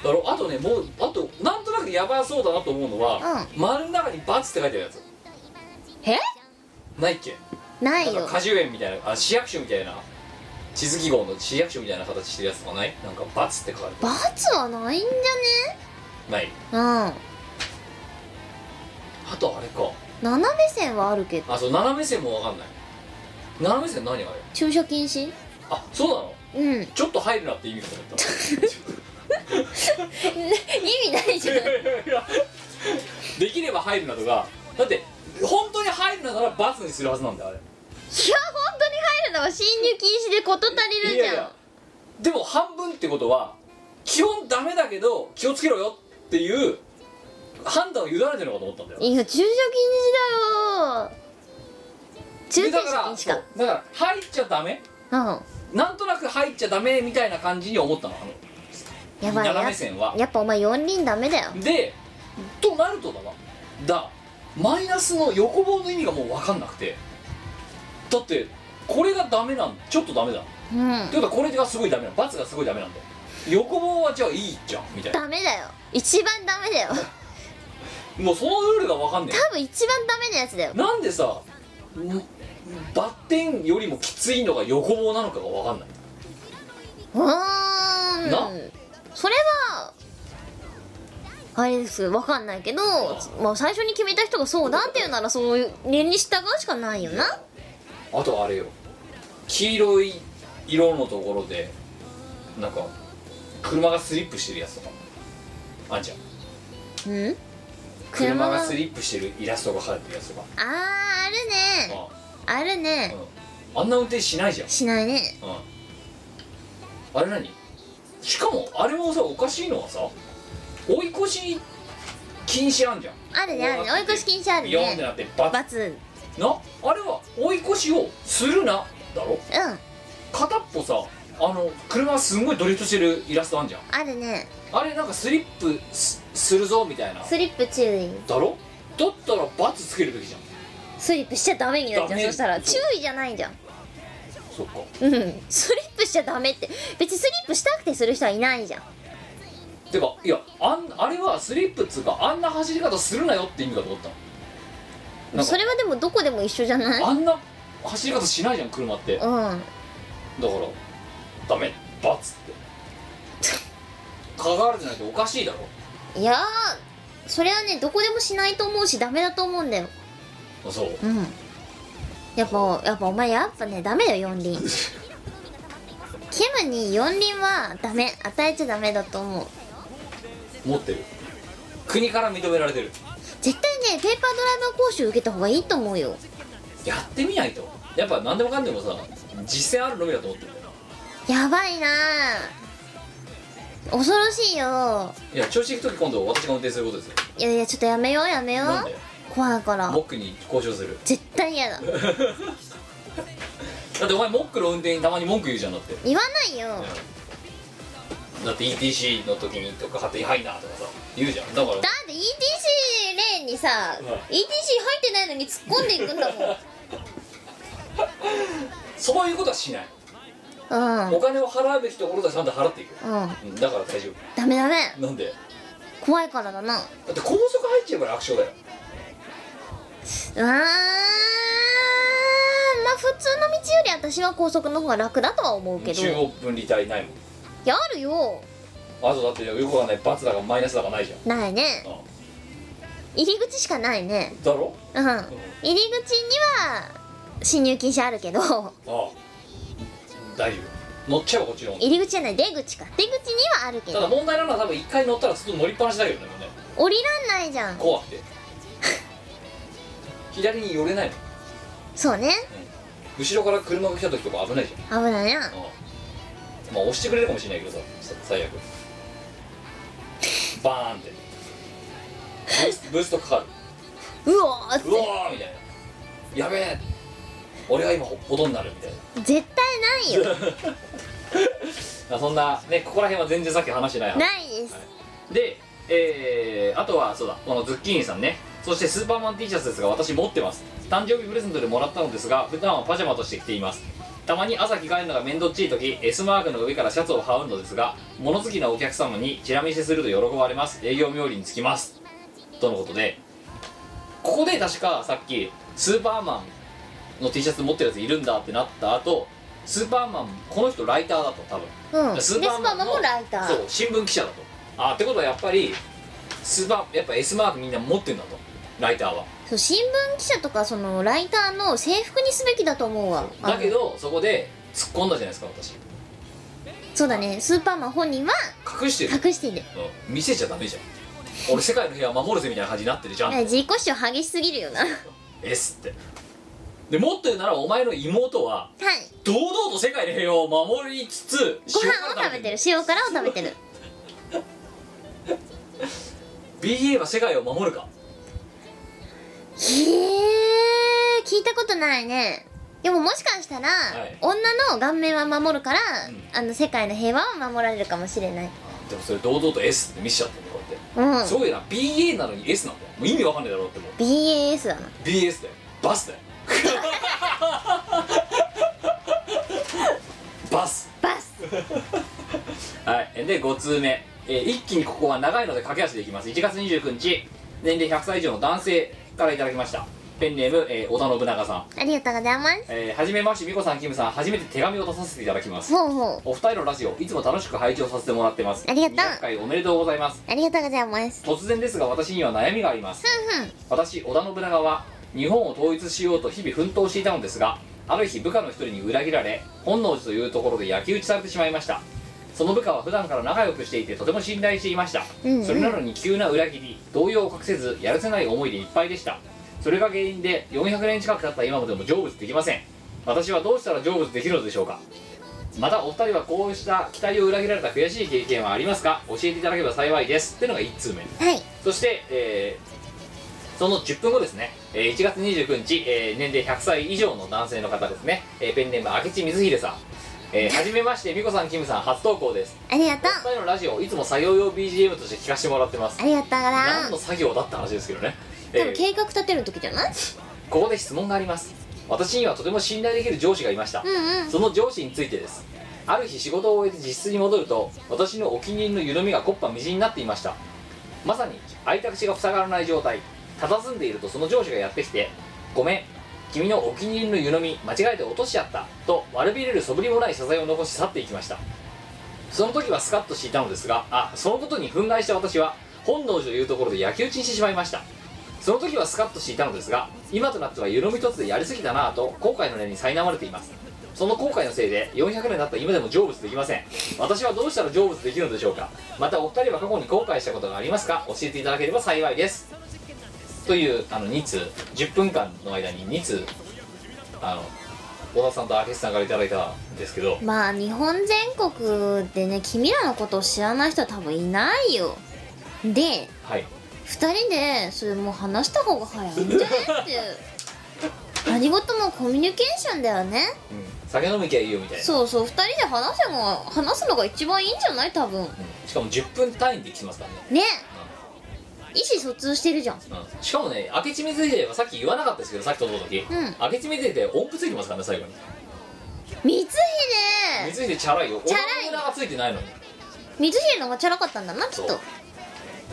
だろあとねもうあとなんとなくやばそうだなと思うのは、丸の中に「バツ」って書いてあるやついえないっけなないんかよ果樹園みたいなあ市役所みたいな地図記号の市役所みたいな形してるやつとかないなんか「バツ」って書かれてる罰はないんじないゃねあとあれかうん斜め線はあるけどあそう斜め線もわかんない斜め線何あれ駐車禁止あそうなの うん意ちょっと入るなって意味かと思った 味ないじゃんできれば入るなとかだって本当に入るなならバツにするはずなんだよあれいや本当に入るのは侵入禁止で事足りるじゃんでも半分ってことは基本ダメだけど気をつけろよっていう判断を委ねてるのかと思ったんだよいや駐車禁止だよ駐でだ停から車禁止そうだから入っちゃダメかなんとなく入っちゃダメみたいな感じに思ったのあうんやのばい斜やめ線はやっぱお前四輪ダメだよでとなるとだわだマイナスの横棒の意味がもう分かんなくてだってこれがダメなんちょっとダメだうんってことはこれがすごいダメなの罰がすごいダメなんだよ横棒はじゃあいいじゃんみたいなダメだよ一番ダメだよもうそのルールが分かんね多分一番ダメなやつだよえなんでさんバッテンよりもきついのが横棒なのかが分かんないうーんなそれはあれですわかんないけど、まあ、最初に決めた人がそうだっていうならそういう念に従うしかないよなあとあれよ黄色い色のところでなんか車がスリップしてるやつとかあんじゃんうん車がスリップしてるイラストが入ってるやつとかあーあるねあ,、あるねうん、あんな運転しないじゃん、しないねうん、あれ何しかもあれもさおかしいのはさ追い越し禁止あんじゃんあるねあるね追い越し禁止あるビヨンってねなってバッ罰うんなあれは追い越しをするなだろ片っぽさあの車がすんごいドリフトしてるイラストあんじゃんあるねあれなんかスリップすするぞみたいなスリップ注意だろだったらバツつけるべきじゃんスリップしちゃダメになっちダゃうメそしたらそう注意じゃないじゃんそっかうんスリップしちゃダメって別にスリップしたくてする人はいないじゃんてかいやあんあれはスリップっつうかあんな走り方するなよって意味かと思ったのなんかそれはでもどこでも一緒じゃないあんな走り方しないじゃん車ってだかうんらダメバツって関われてないとおかしいだろいやーそれはねどこでもしないと思うしダメだと思うんだよあそううんやっぱやっぱお前やっぱねダメよ四 輪キムに四輪はダメ与えちゃダメだと思う持ってる国から認められてる絶対ねペーパードライバー講習受けた方がいいと思うよやってみないとやっぱ何でもかんでもさ実践あるのみだと思ってんだよやばいな恐ろしいよいや調子行く時今度私が運転することですよいやいやちょっとやめようやめよなんでう怖いからモックに交渉する絶対嫌だだってお前モックの運転にたまに文句言うじゃんだって言わないよだって ETC の時にとか勝手に入んなとかさ言うじゃんだからだって ETC レーンにさ、ん ETC 入ってないのに突っ込んでいくんだそういうことはしない、もん うんお金を払うべきところでちゃんと払っていく、うんうん、だから大丈夫ダメダメなんで怖いからだなだって高速入っちゃえば楽勝だようわーまあ普通の道より私は高速の方が楽だとは思うけど中央分離帯ないもんいやあるよあとだってよくわかんない罰だかマイナスだかないじゃんないねあ入り口しかないねだろうん入り口には進入禁止あるけど ああ大丈夫乗っちゃえばこっちの方入り口じゃない出口か出口にはあるけただど問題なのは多分一回乗ったらずっと乗りっぱなしだけどねもうね降りらんないじゃん怖 くて左に寄れないもんそうね後ろから車が来た時とか危ないじゃん危ないなああまあ押してくれるかもしれないけどささ最悪バーンってブースブーストかかるうおーっうわーみたいなやべえ俺が今ほ音になるみたいて絶対 ないよなあそんなねここら辺は全然さっき話してない話ないですで、えーあとはそうだこのズッキーニさんねそしてスーパーマン T シャツですが私持ってます誕生日プレゼントでもらったのですが普段はパジャマとして着ていますたまに朝着替えるのが面倒っちい時 S マークの上からシャツを羽織るのですが物好きなお客様にチラ見せすると喜ばれます営業冥利につきますとのことでここで確かさっきスーパーマンの T シャツ持ってるやついるんだってなった後スーパーマンこの人ライターだと多分うんでススーパーパマンマのンもライタそうー新聞記者だとあってことはやっぱりスーパーやっぱ S マークみんな持ってんだとライターはそう新聞記者とかそのライターの制服にすべきだと思うわだけどそこで突っ込んだじゃないですか私あのそうだねスーパーマン本人は隠してる隠しているうん見せちゃダメじゃん俺世界の平和守るぜみたいな感じになってるじゃんえ自己主張激しすぎるよなはい S ってで持ってるならお前の妹は堂々と世界の平和を守りつつご飯を食べてる塩辛を食べてる BA は世界を守るかへえ聞いたことないねでももしかしたら、はい女の顔面は守るから、んあの世界の平和を守られるかもしれないでもそれ堂々と S って見せちゃってるこうやっうんてすごいな BA なのに S なんだよもう意味わかんないだろうってもう BAS だな BS だよバ スだよバスバスはいで5通目、えー一気にここは長いので駆け足でいきます1月29日年齢100歳以上の男性からいただきましたペンネーム、えー織田信長さん、ありがとうございますえーはじめまして美子さんキムさん初めて手紙を出させていただきますほうほお二人のラジオいつも楽しく拝聴させてもらってますありがとう200回おめでとうございますうありがとうございます突然ですが私には悩みがありますふんふん私織田信長は日本を統一しようと日々奮闘していたのですがある日部下の一人に裏切られ本能寺というところで焼き討ちされてしまいましたその部下は普段から仲良くしていてとても信頼していました、うんうんそれなのに急な裏切り動揺を隠せずやるせない思いでいっぱいでしたそれが原因で400年近く経った今までも成仏できません私はどうしたら成仏できるのでしょうかまたお二人はこうした期待を裏切られた悔しい経験はありますか教えていただければ幸いですっていうのが1通目はいそして、えーその10分後ですね、えー1月29日、えー年齢100歳以上の男性の方ですね、えーペンネーム明智光秀さん、 えーはじめまして美子さんキムさん初投稿ですありがとうお二人のラジオいつも作業用 BGM として聞かせてもらってますありがとうござい何まのす作業だって話ですけどね、え多ー分計画立てる時じゃないここで質問があります私にはとても信頼できる上司がいました、うんうんその上司についてですある日仕事を終えて自室に戻ると私のお気に入りの湯飲みが木っ端みじんになっていましたまさに開いた口が塞がらない状態佇んでいるとその上司がやってきて「ごめん君のお気に入りの湯飲み間違えて落としちゃった」と悪びれる素振りもない謝罪を残し去っていきましたその時はスカッとしていたのですがあそのことに憤慨した私は本能寺というところで焼き討ちにしてしまいましたその時はスカッとしていたのですが今となっては湯飲み一つでやりすぎたなぁと後悔の念に苛まれていますその後悔のせいで400年経った今でも成仏できません私はどうしたら成仏できるのでしょうかまたお二人は過去に後悔したことがありますか教えていただければ幸いですというあの2通10分間の間に2通あの小田さんと明石さんからいただいたんですけどまあ日本全国でね君らのことを知らない人は多分いないよではい2人でそれもう話した方が早いんじゃねっていう何事もコミュニケーションだよねうん酒飲みきゃいいよみたいなそうそう2人で話せが話すのが一番いいんじゃない多分うんしかも10分単位で来てますからねね意思疎通してるじゃんうんしかもね明智光秀はさっき言わなかったですけどさっきとった時、ん明智光秀って音符ついてますからね最後に光秀光秀チャラいよチャラい俺の裏がついてないのに光秀の方がチャラかったんだなきっそとう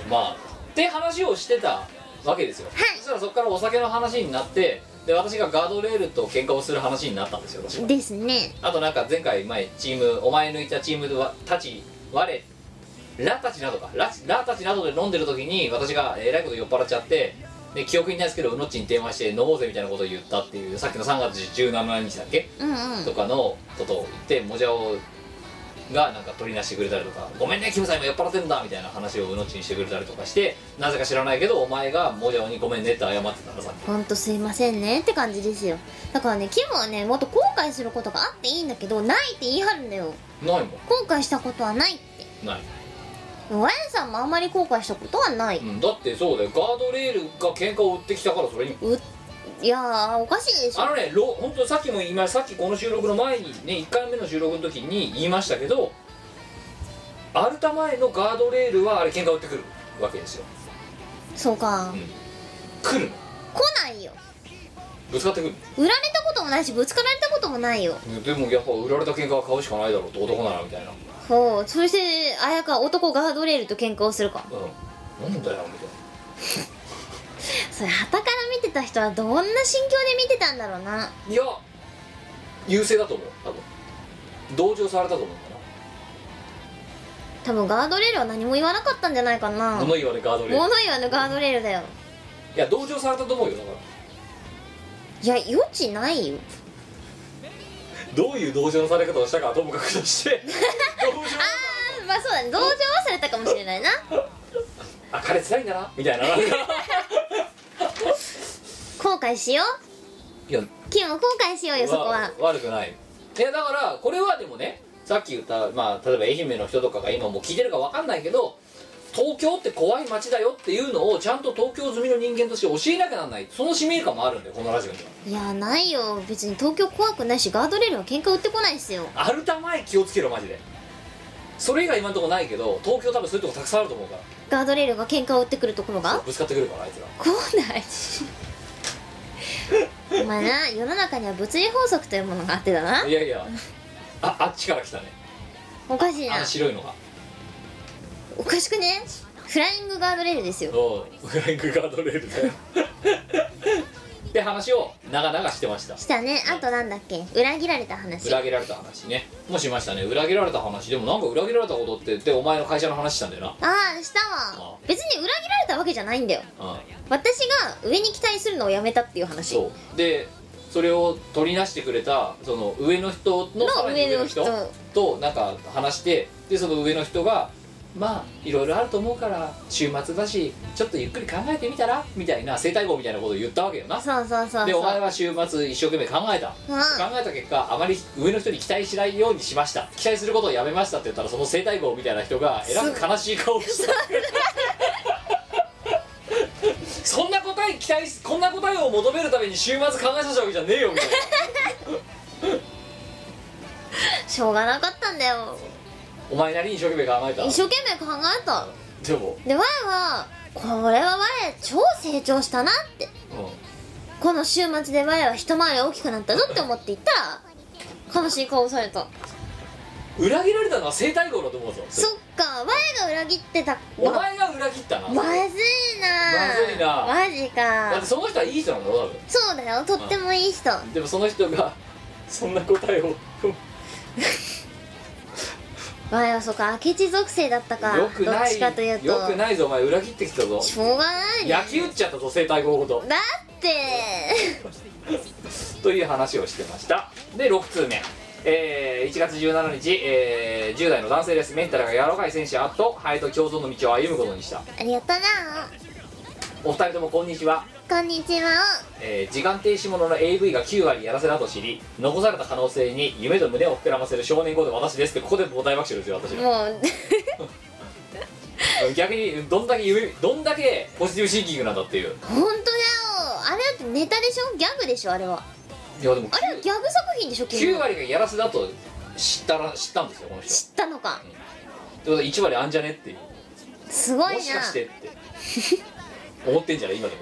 まあって話をしてたわけですよ、そしたらそこからお酒の話になってで私がガードレールと喧嘩をする話になったんですよ確かですねあとなんか前回前チームお前抜いたチームはたち我ラたちなどかララたちなどで飲んでる時に私がえらいこと酔っ払っちゃってで記憶にないですけどうのっちに電話して飲もうぜみたいなことを言ったっていうさっきの3月17日だっけ、うんうんとかのことを言ってもじゃおがなんか取りなしてくれたりとか「ごめんねキムさん今酔っ払ってるんだ」みたいな話をうのっちにしてくれたりとかしてなぜか知らないけどお前がもじゃおに「ごめんね」って謝ってたらさほんとすいませんねって感じですよだからねキムはねもっと後悔することがあっていいんだけどないって言い張るんだよないも後悔したことはないってんないワンさんもあんまり後悔したことはない、うん、だってそうだよガードレールが喧嘩を売ってきたからそれにういやーおかしいでしあょのねロ本当さっきも言いましたさっきこの収録の前にね1回目の収録の時に言いましたけどアルタ前のガードレールはあれ喧嘩売ってくるわけですよそうか、うん来るの来ないよぶつかってくる売られたこともないしぶつかられたこともないよのでもやっぱ売られた喧嘩は買うしかないだろうと男ならみたいなほうそしてあやか男ガードレールと喧嘩をするかうんなんだよみたいなそれ旗から見てた人はどんな心境で見てたんだろうないや優勢だと思う多分同情されたと思うんだな多分ガードレールは何も言わなかったんじゃないかな物言われガードレール物言わぬガードレールだよいや同情されたと思うよだからいや余地ないよどういう同情のされ方をしたかはともかくとして同情あーまあそうだね同情はされたかもしれないなあ彼辛いんだなみたいない後悔しよやうキム後悔しようよそこはわ悪くないいやだからこれはでもねさっき言った、まあ、例えば愛媛の人とかが今もう聞いてるかわかんないけど東京って怖い街だよっていうのをちゃんと東京済みの人間として教えなきゃなんないその使命感もあるんだよこのラジオにはいやないよ別に東京怖くないしガードレールは喧嘩売ってこないですよアルタ前気をつけろマジでそれ以外今のところないけど東京多分そういうとこたくさんあると思うかガードレールが喧嘩を売ってくるところらがぶつかってくるからあいつら来ないしお前な世の中には物理法則というものがあってだないやいやああっちから来たねおかしいあなの白いのがおかしくねフライングガードレールですよおうフライングガードレール だよって話を長々してましたしたねあとなんだっけ裏切られた話裏切られた話ねもうしましたね裏切られた話でもなんか裏切られたことってでお前の会社の話したんだよああしたあわ別に裏切られたわけじゃないんだよな、うん、私が上に期待するのをやめたっていう話そうでそれを取りなしてくれたその上の人ののさらに上の人上のとなんか話してでその上の人がまあいろいろあると思うから週末だしちょっとゆっくり考えてみたらみたいな生態号みたいなことを言ったわけよなそうそうそうでお前そうは週末一生懸命考えた、うん考えた結果あまり上の人に期待しないようにしました期待することをやめましたって言ったらその生態号みたいな人がえらく悲しい顔をしたそんな答え期待しこんな答えを求めるために週末考えさせたわけじゃねえよみたいなしょうがなかったんだよお前なりに一生懸命考えた一生懸命考えたでも、で我はこれは我超成長したなってうこの週末で我は一回り大きくなったぞって思っていたら悲しい顔されたん、裏切られたのは生態号だと思うぞそっか我が裏切ってたお前が裏切ったな、まずいなまずいなマジだっかてその人はいい人なんだろ多そうだよとってもいい人分でもその人がそんな答えをよ我はそうか明智属性だったかくどっないちかというとよくないぞお前裏切ってきたぞしょうがないね焼き打っちゃったと生態号ほどだってという話をしてましたで6通目えー1月17日、えー10代の男性ですメンタルが柔らかい戦士アットハエと共存の道を歩むことにしたありがとうなお二人ともこんにちは、こんにちはえー時間停止ものの AV が9割やらせだと知り残された可能性に夢と胸を膨らませる少年後で私ですってここでもう大爆笑ですよ私もう 逆にどんだけ夢どんだけポジティブシンキングなんだっていう本当だよあれだってネタでしょギャグでしょあれはいやでもあれはギャグ作品でしょ君9割がやらせだと知ったら知ったんですよこの人知ったのかってことは1割あんじゃねっていうすごいなもしかしてって思ってんじゃない今でも、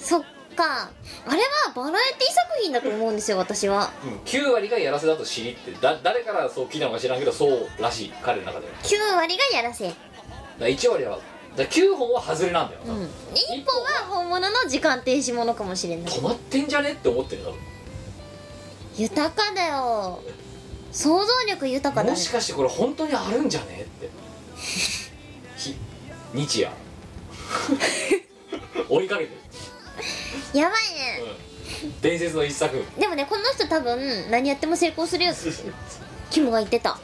そっかあれはバラエティ作品だと思うんですよ私はうん、9割がやらせだと知りってだ誰からそう聞いたのか知らんけどそうらしい彼の中ではだか9割がやらせうんら1割はだから9本は外れなんだよ、 1本は本物の時間停止ものかもしれない止まってんじゃねって思ってる多分豊かだよ想像力豊かだもねしかしてこれ本当にあるんじゃねってひ日夜追いかけてる、やばいねうん伝説の一作でもねこの人多分何やっても成功するよキムが言ってた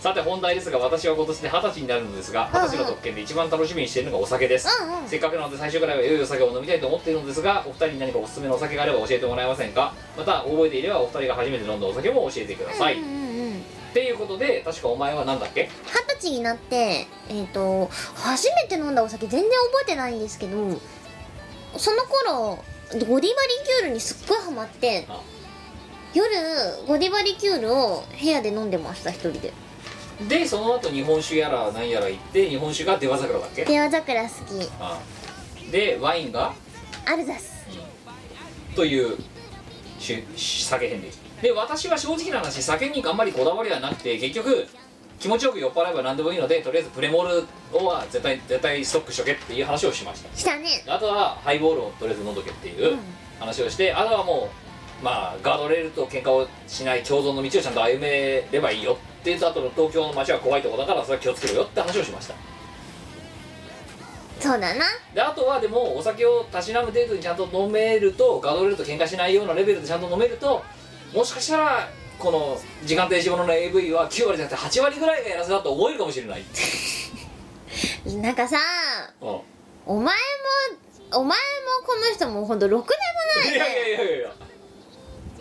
さて本題ですが私は今年で二十歳になるのですがうん二十歳の特権で一番楽しみにしているのがお酒です、うんうんせっかくなので最初からいは良いお酒を飲みたいと思っているのですがお二人に何かおすすめのお酒があれば教えてもらえませんかまた覚えていればお二人が初めて飲んだお酒も教えてください、うんうんうんっていうことで確かお前は何だっけ二十歳になってえっ、と初めて飲んだお酒全然覚えてないんですけどその頃ゴディバリキュールにすっごいハマってあ夜ゴディバリキュールを部屋で飲んでました一人ででその後日本酒やら何やら行って日本酒が出羽桜だっけ出羽桜好きあでワインがアルザスというしし酒編ですで私は正直な話酒にあんまりこだわりはなくて結局気持ちよく酔っ払えば何でもいいのでとりあえずプレモルをは絶対絶対ストックしとけっていう話をしまししたねたあとはハイボールをとりあえず飲んどけっていう話をしてあとはもうまあガードレールと喧嘩をしない共存の道をちゃんと歩めればいいよっていうとあとの東京の街は怖いとこだからそれは気をつけろよって話をしましたそうだなであとはでもお酒をたしなむ程度にちゃんと飲めるとガードレールと喧嘩しないようなレベルでちゃんと飲めるともしかしたらこの時間停止ものの AV は9割じゃなくて8割ぐらいがやらせだと思えるかもしれない、なんかさうん、いお前もお前もこの人もほんとろくでもやないいねやいやいやいや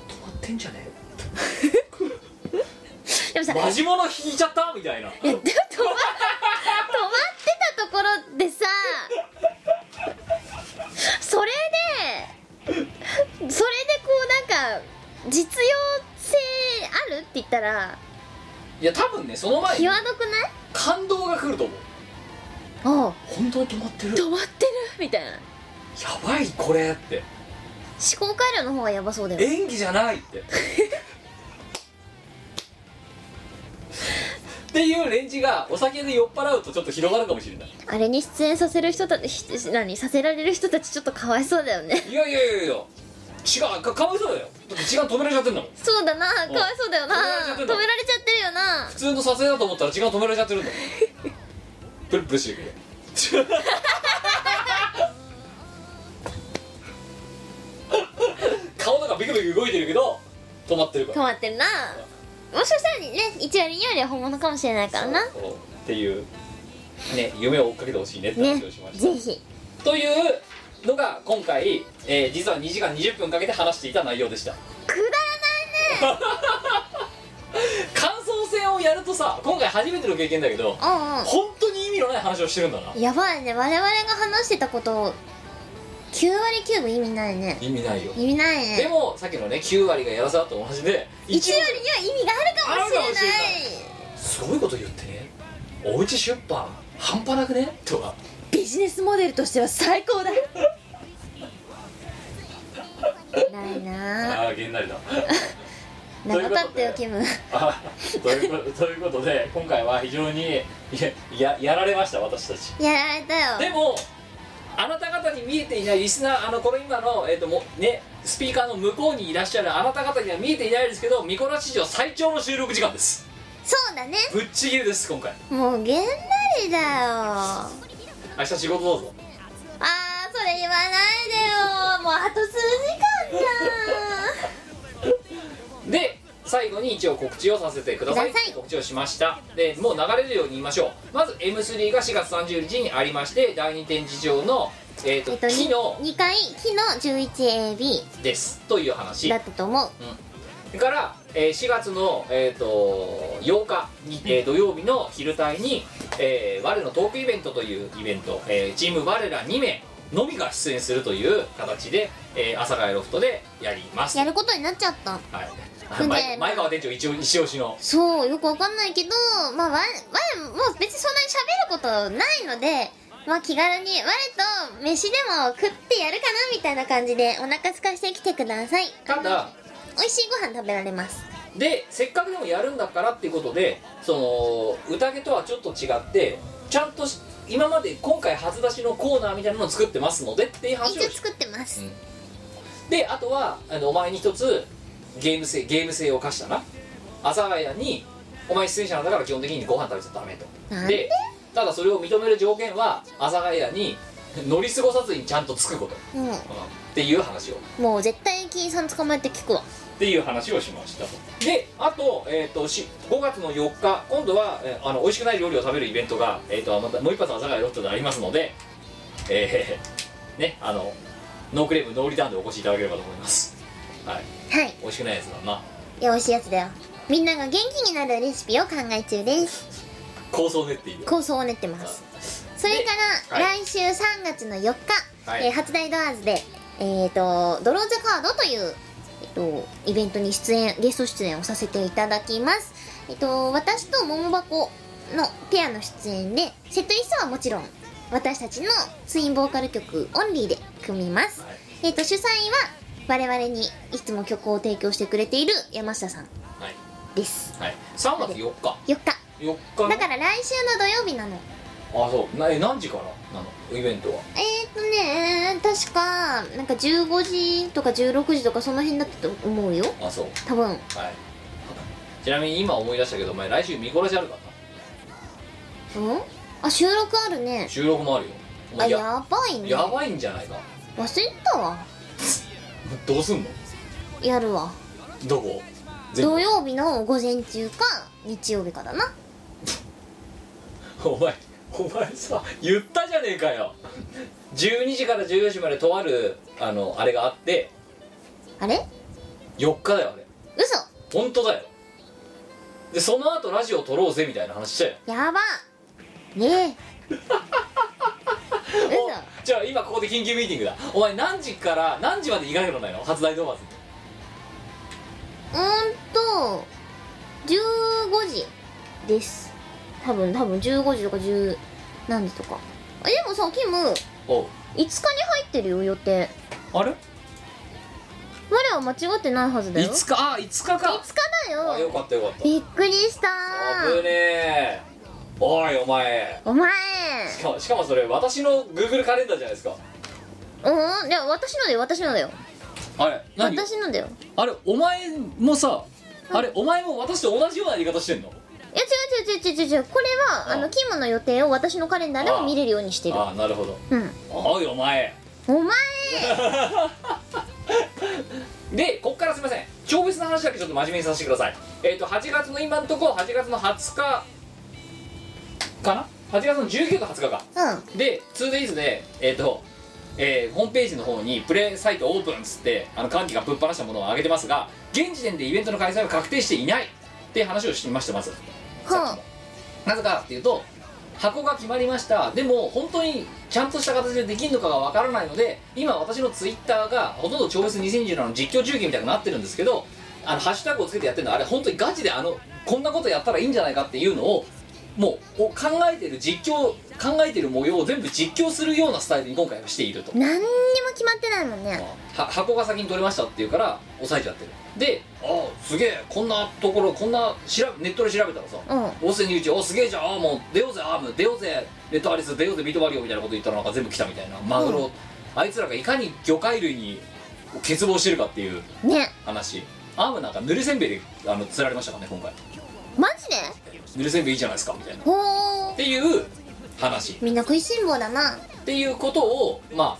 止まってんじゃねでもさえマジモノ引いちゃったみたいなえでも止ま止まってたところでさそれでそれでこうなんか実用性あるって言ったらいや多分ねその前に際どくない感動が来ると思うおう本当に止まってるや止まってるみたいなばいこれって思考回路の方がやばそうだよ演技じゃないってっていうレンジがお酒で酔っ払うとちょっと広がるかもしれないあれに出演させる人たち何させられる人たちちょっとかわいそうだよねいやいやいやいや違うかかわいそうだよだって時間止められちゃってんだもんそうだなかわいそうだよな止められちゃって止めんだられちゃってるよな普通の撮影だと思ったら時間止められちゃってるんだもんプルプルしてるけど 顔なんかビクビク動いてるけど止まってるか止らまってるなもしかしたらね1割2割は本物かもしれないからなそうっていうね夢を追っかけてほしいねってね話をしました、ぜひというのが今回、えー実は2時間20分かけて話していた内容でしたくだら 感想戦をやるとさ今回初めての経験だけどうん本当に意味のない話をしてるんだなうんやばいね我々が話してたこと9割9分意味ないね意味ないよ意味ないでねもさっきのね9割がやらせだと同じで1割には意味があるかもしれないすごいこと言ってねおうち出版半端なくねとかビジネスモデルとしては最高だないなぁああげんなりだ長かったよキムあということということで今回は非常にいやややられました私たちやられたよでもあなた方に見えていないリスナーあのこの今の、えっともね、スピーカーの向こうにいらっしゃるあなた方には見えていないですけどミコラ史上最長の収録時間ですそうだねぶっちぎりです今回もうげんなりだよあ明日仕事どうぞーそれ言わないでよもうあと数時間じゃんで最後に一応告知をさせてくださいください告知をしましたでもう流れるように言いましょうまず M3 が4月30日にありまして第2展示場のえっ、えっとと、木の 2, 回木の 11AB ですという話だったと思うから、えー4月の、えー、と8日に、えー土曜日の昼帯に、えー我のトークイベントというイベント、えーチーム我ら2名のみが出演するという形で、えー、朝会ロフトでやります、はやることになっちゃったいで前前川店長一応一押しのそうよくわかんないけどまあわわもう別にそんなに喋ることないのでまあ気軽に我と飯でも食ってやるかなみたいな感じでお腹空かしてきてくださいただ美味しいご飯食べられますでせっかくでもやるんだからっていうことでその宴とはちょっと違ってちゃんとし今まで今回初出しのコーナーみたいなのを作ってますのでっていう話を一応し作ってます、であとはあのお前に一つゲーム性ゲーム性を課したな阿佐ヶ谷にお前出演者なんだから基本的にご飯食べちゃダメとなんででただそれを認める条件は阿佐ヶ谷に 乗り過ごさずにちゃんとつくこと、うんっていう話をうん、もう絶対駅員さん捕まえて聞くわっていう話をしましたとであと,、えー、とし5月の4日今度は、えーあの美味しくない料理を食べるイベントが、えー、とまたもう一発朝がロフトでありますのでえー ねあのノークレームノーリターンでお越しいただければと思いますはいはい美味しくないやつだないや美味しいやつだよみんなが元気になるレシピを考え中です構想練っていいよ構想を練ってますそれからでは来週3月の4日、はいえー初台ドアーズで、えー、とドローズカードという、えっとイベントに出演ゲスト出演をさせていただきます、えっと私と桃箱のペアの出演でセットリストはもちろん私たちのツインボーカル曲オンリーで組みます、はいえっと主催は我々にいつも曲を提供してくれている山下さんはい、ですはい、3月4日4日4日のだから来週の土曜日なのあそうなえ何時からなのイベントはえーっとね確かなんか15時とか16時とかその辺だったと思うよあそう多分はいちなみに今思い出したけどお前来週見殺しあるからうんあ収録あなるね収録もあるよおあ前ややばいねやばいんじゃないか忘れてたわどうすんのやるわどこ全部土曜日の午前中か日曜日かだなお前お前さ言ったじゃねえかよ12時から14時までとあるあのあれがあってあれ4日だよあれ嘘本当だよでその後ラジオ撮ろうぜみたいな話したよやばね え嘘じゃあ今ここで緊急ミーティングだお前何時から何時まで行かなきゃならないの初台ドーマーズうーんと15時です多分多分15時とか10何時とかあでもさキムおう5日に入ってるよ予定あれ我は間違ってないはずだよ5日あ5日5か日だあよよかったよかったびっくりしたあぶねえおいお前お前しかもしかもそれ私の Google カレンダーじゃないですかうんいや私のだよ私のだよあれ何私のだよあれお前もさあれお前も私と同じようなやり方してんのいや違う違う違う違う違うこれはああのキムの予定を私のカレンダーでも見れるようにしてるああなるほどうんおいお前お前でこっからすみません超別な話だけちょっと真面目にさせてくださいえっ、と8月の今のところ8月の20日かな8月の19と20日かうんで 2days でえっ、とえーホームページの方にプレイサイトオープンっつってあの歓喜がぶっ放したものを上げてますが現時点でイベントの開催は確定していないって話をしてましたまずはなぜかっていうと箱が決まりましたでも本当にちゃんとした形でできるのかがわからないので今私のツイッターがほとんど超別2017の実況中継みたいになってるんですけどあのハッシュタグをつけてやってるのあれ本当にガチであのこんなことやったらいいんじゃないかっていうのをもうお考えてる実況考えてる模様を全部実況するようなスタイルに今回はしているとあ何にも決まってないもんねは箱が先に取れましたっていうから押さえちゃってるでああすげえこんなところこんな調べネットで調べたらさ、うんオセニューチおすげえじゃんああもう出ようぜアーム出ようぜレッドアリス出ようぜビートバリオみたいなこと言ったらなんか全部来たみたいなマグロ、あいつらがいかに魚介類に欠乏してるかっていうね話アームなんかぬれせんべいであの釣られましたからね今回マジでぬれせんべいいいじゃないですかみたいなっほーていう話みんな食いしん坊だっなていうことをまあ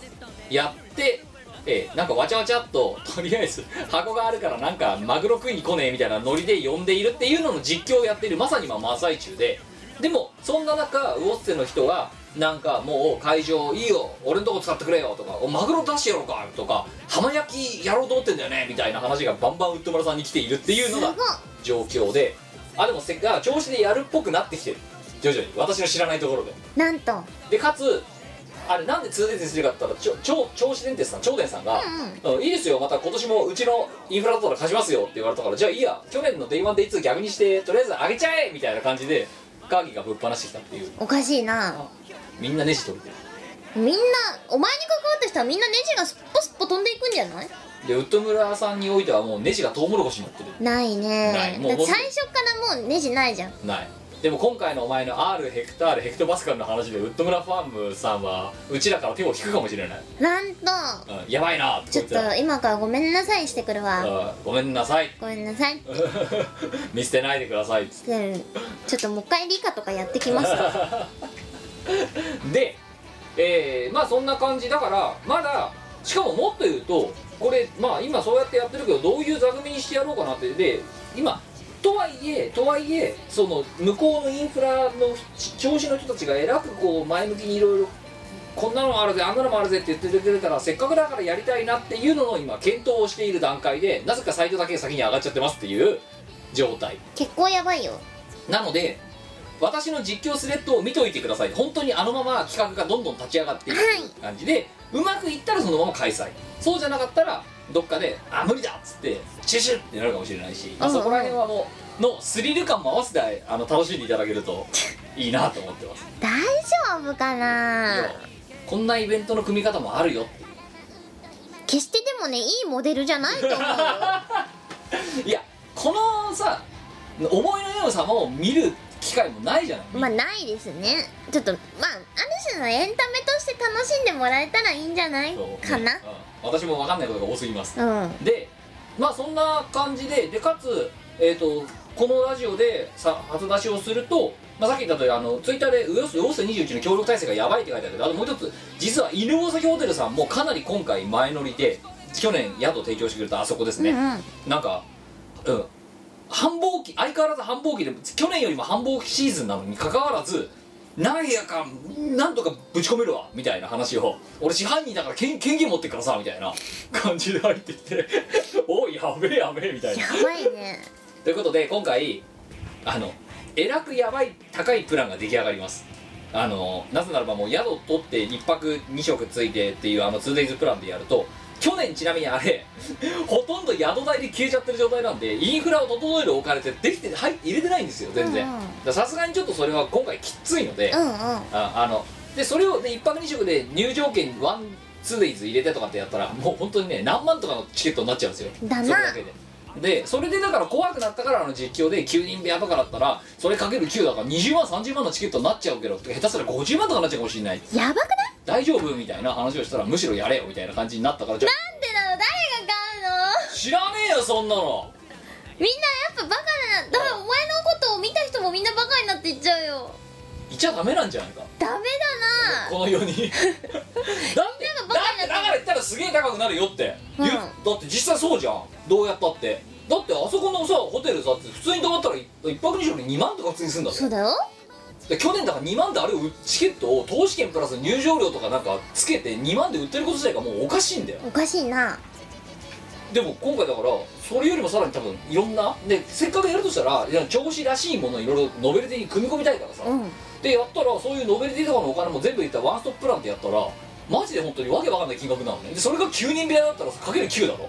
やって、えーなんかわちゃわちゃっととりあえず箱があるからなんかマグロ食いに来ねえみたいなノリで呼んでいるっていうのの実況をやっているまさに今真っ最中ででもそんな中ウォッセの人がなんかもう会場いいよ俺のとこ使ってくれよとかおマグロ出してやろうかとか浜焼きやろうと思ってんだよねみたいな話がバンバンウッド村さんに来ているっていうのが状況であでもせっかく調子でやるっぽくなってきてる徐々に私の知らないところでなんとうんでかつあれなんで通電にするかって言ったらちょ超銚子電鉄さん超電さんが「うんいいですよまた今年もうちのインフラだったら貸しますよ」って言われたから「じゃあいいや去年の Day1 でいつ逆にしてとりあえず上げちゃえ!」みたいな感じで会議がぶっ放してきたっていうおかしいなみんなネジ取れてるみんなお前に関わった人はみんなネジがすっぽすっぽ飛んでいくんじゃないでウッド村さんにおいてはもうネジがトウモロコシに乗ってるないないねもうだって最初からもうネジないじゃんないでも今回のお前の R ヘクタールヘクトパスカルの話でウッド村ファームさんはうちらから手を引くかもしれない、なんとうん、やばいなってち言ょっってたと今からごめんなさいしてくるわうんごめんなさい ごめんなさい見捨てないでくださいっつっでちょっともう一回理科とかやってきますてで、えーまあそんな感じだからまだしかももっと言うとこれまあ今そうやってやってるけどどういう座組にしてやろうかなってで今とはいえとはいえその向こうのインフラの調子の人たちがえらくこう前向きにいろいろこんなのあるぜあんなのもあるぜって言ってくれたらせっかくだからやりたいなっていうのの今検討をしている段階でなぜかサイトだけ先に上がっちゃってますっていう状態結構やばいよなので私の実況スレッドを見といてください本当にあのまま企画がどんどん立ち上がっていく感じで、うまくいったらそのまま開催そうじゃなかったらどっかで「あ無理だ!」っつってシュシュってなるかもしれないし、まあうんうんそこら辺はもうのスリル感も合わせてあの楽しんでいただけるといいなと思ってます、大丈夫か要はなこんなイベントの組み方もあるよって決してでもねいいモデルじゃない と思うよいやこのさ思いのよさも見る機会もないじゃない、まあないですねちょっとまあある種のエンタメとして楽しんでもらえたらいいんじゃないそうかなうん私も分かんないことが多すぎますうんでまあそんな感じででかつ、えー、とこのラジオでさ初出しをすると、まあ、さっき言った通りあのツイッターで「ウヨス21の協力体制がやばい」って書いてあるけどあともう一つ実は犬吠埼ホテルさんもかなり今回前乗りで去年宿提供してくれたあそこですね、うんうんなんかうん繁忙期相変わらず繁忙期で去年よりも繁忙期シーズンなのにかかわらず何部屋かなんとかぶち込めるわみたいな話を俺市販人だから権権限持ってっからさみたいな感じで入ってきて おいやべえやべえみたいなやばいねということで今回あのえらくやばい高いプランが出来上がりますあのなぜならばもう宿を取って1泊2食ついてっていうあの 2days プランでやると去年ちなみにあれ ほとんど宿代で消えちゃってる状態なんでインフラを整えるお金ってできて入入れてないんですよ全然うんだうんからさすがにちょっとそれは今回きっついので、うんうんああのでそれをで1泊2食で入場券ワンツーデイズ入れてとかってやったらもう本当にね何万とかのチケットになっちゃうんですよだなそれだけででそれでだから怖くなったからあの実況で9人部屋とかだったらそれかける9だから20万30万のチケットになっちゃうけど下手すら50万とかになっちゃうかもしれないやばくない大丈夫みたいな話をしたらむしろやれよみたいな感じになったからじゃあなんでなの誰が買うの知らねえよそんなのみんなやっぱバカなだからお前のことを見た人もみんなバカになっていっちゃうよいちゃダメなんじゃないかダメだなこの世にだっ てだみんながバカにっなっててだから言ったらすげえ高くなるよって、言ううんだって実際そうじゃんどうやったってだってあそこのさホテルさって普通に泊まったらい一泊二食で2万とか普通にすんだそぞうだよで去年だから2万であれをチケットを投資券プラス入場料とかなんかつけて2万で売ってること自体がもうおかしいんだよおかしいなでも今回だからそれよりもさらに多分いろんなでせっかくやるとしたらいや調子らしいものをいろいろノベルティに組み込みたいからさ、うんでやったらそういうノベルティとかのお金も全部いったワンストッププランでやったらマジで本当にわけわかんない金額なのねでそれが9人部屋だったらかける9だろ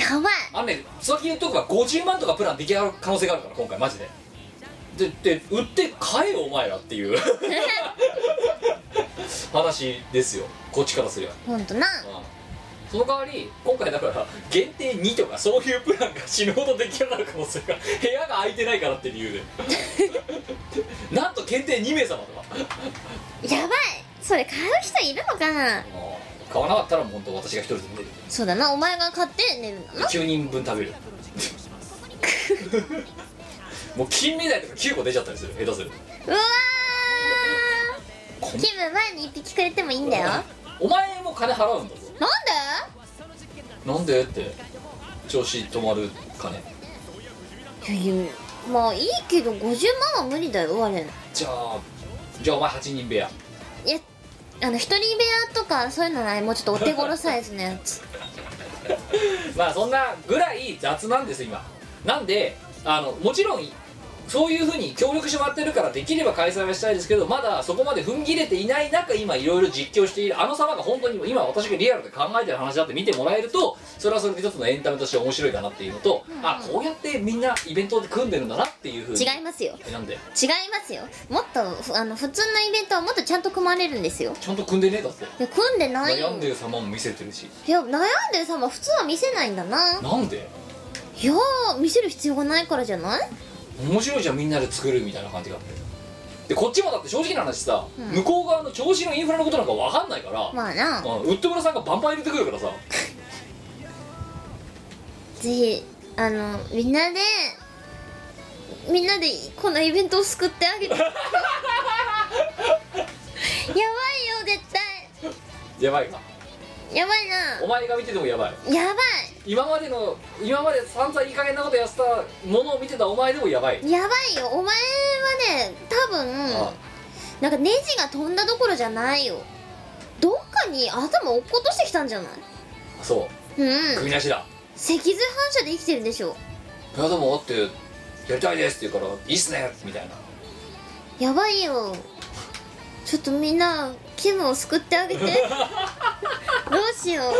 やばいあのね椿のとこが50万とかプラン出来上がる可能性があるから今回マジででで売って買えよお前らっていう 話ですよこっちからすりゃ ほんとなうんその代わり今回だから限定2とかそういうプランが死ぬほど出来上がる可能性が部屋が空いてないからって理由でなんと限定2名様とかやばいそれ買う人いるのかなもう買わなかったらもう本当私が一人で寝るそうだなお前が買って寝るんだな9人分食べるもう金目鯛とか9個出ちゃったりする下手するうわこーんキム前に1匹くれてもいいんだよなんでお前も金払うんだぞなんでって調子止まる金いやいやまあいいけど50万は無理だよ我じゃあじゃあお前8人部屋いやあの一人部屋とかそういうのはもうちょっとお手頃サイズのやつまあそんなぐらい雑なんです今なんであのもちろんそういうふうに協力してもらってるからできれば開催はしたいですけどまだそこまで踏ん切れていない中今いろいろ実況しているあの様が本当に今私がリアルで考えてる話だって見てもらえるとそれはそれで一つのエンタメとして面白いかなっていうのと、あこうやってみんなイベントで組んでるんだなっていうふうに違いますよなんで違いますよもっとあの普通のイベントはもっとちゃんと組まれるんですよちゃんと組んでねえだっていや組んでないよ悩んでる様も見せてるしいや悩んでるさも普通は見せないんだななんでいやー見せる必要がないからじゃない面白いじゃんみんなで作るみたいな感じがあってでこっちもだって正直な話さ、うん向こう側の調子のインフラのことなんか分かんないから、まあなうんウッド村さんがバンバン入れてくるからさぜひあのみんなでみんなでこのイベントを救ってあ げてやばいよ絶対やばいかやばいお前が見ててもやばいなやば今までの今まで散々いい加減なことやってたものを見てたお前でもやばい、いやばいよお前はね多分あなんかネジが飛んだどころじゃないよどっかに頭落っことしてきたんじゃないあそうう組んみ出しだ脊髄反射で生きてるでしょいやでもだってやりたいですって言うからいいっすねみたいなやばいよちょっとみんなキムを救ってあげてどうしよ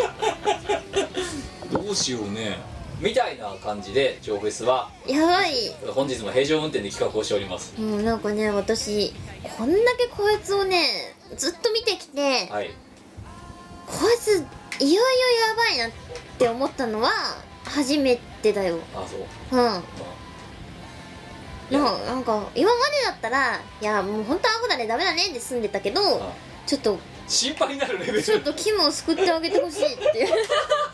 どうしようねみたいな感じで「超フェス」はうやばい本日も平常運転で企画をしておりますもうなんかね私こんだけこいつをねずっと見てきてはいこいついよいよやばいなって思ったのは初めてだよあそううんななんか今までだったらいやもう本当アホだねダメだねって済んでたけどあちょっと心配になるレベルちょっとキムを救ってあげてほしいっていう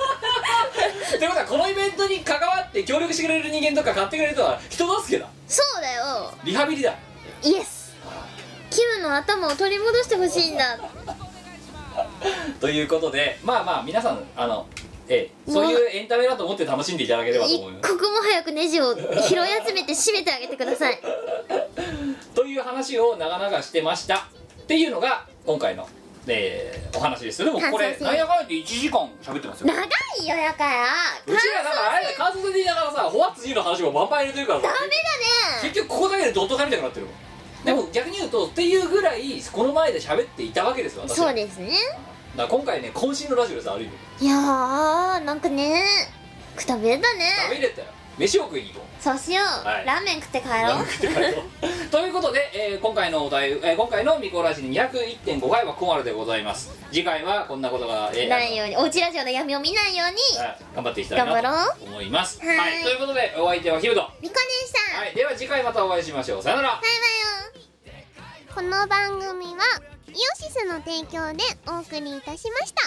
ということはこのイベントに関わって協力してくれる人間とか買ってくれる人は人助けだそうだよリハビリだイエスキムの頭を取り戻してほしいんだということでまあまあ皆さんあのええそういうエンタメだと思って楽しんでいただければと一思います刻も早くネジを拾い集めて締めてあげてくださいという話を長々してましたっていうのが今回の、えーお話ですでもこ感れ想戦なんやかんやで1時間喋ってますよ長いよだからうちらなんかあれだよ感想戦で言いながらさホワッツジーの話もバンバン入れてるからさダメだね結局ここだけでドットがみたくなってるもんでも逆に言うとっていうぐらいこの前で喋っていたわけですよ私そうですねだから今回ね渾身のラジオですある意味いやーなんかねくたべれた食べねれたよ飯を食いに行こうそうしよう、はいラーメン食って帰ろう食って帰ろうということで、えー今回のお題、えー今回のミコラジ201.5回はここまででございます次回はこんなことが、えーないようにおうちラジオの闇を見ないようにはい頑張っていきたいなと思います頑張ろうはい、はいということでお相手はヒルド、はみこ姉さん、い、では次回またお会いしましょうさよならこの番組はイオシスの提供でお送りいたしました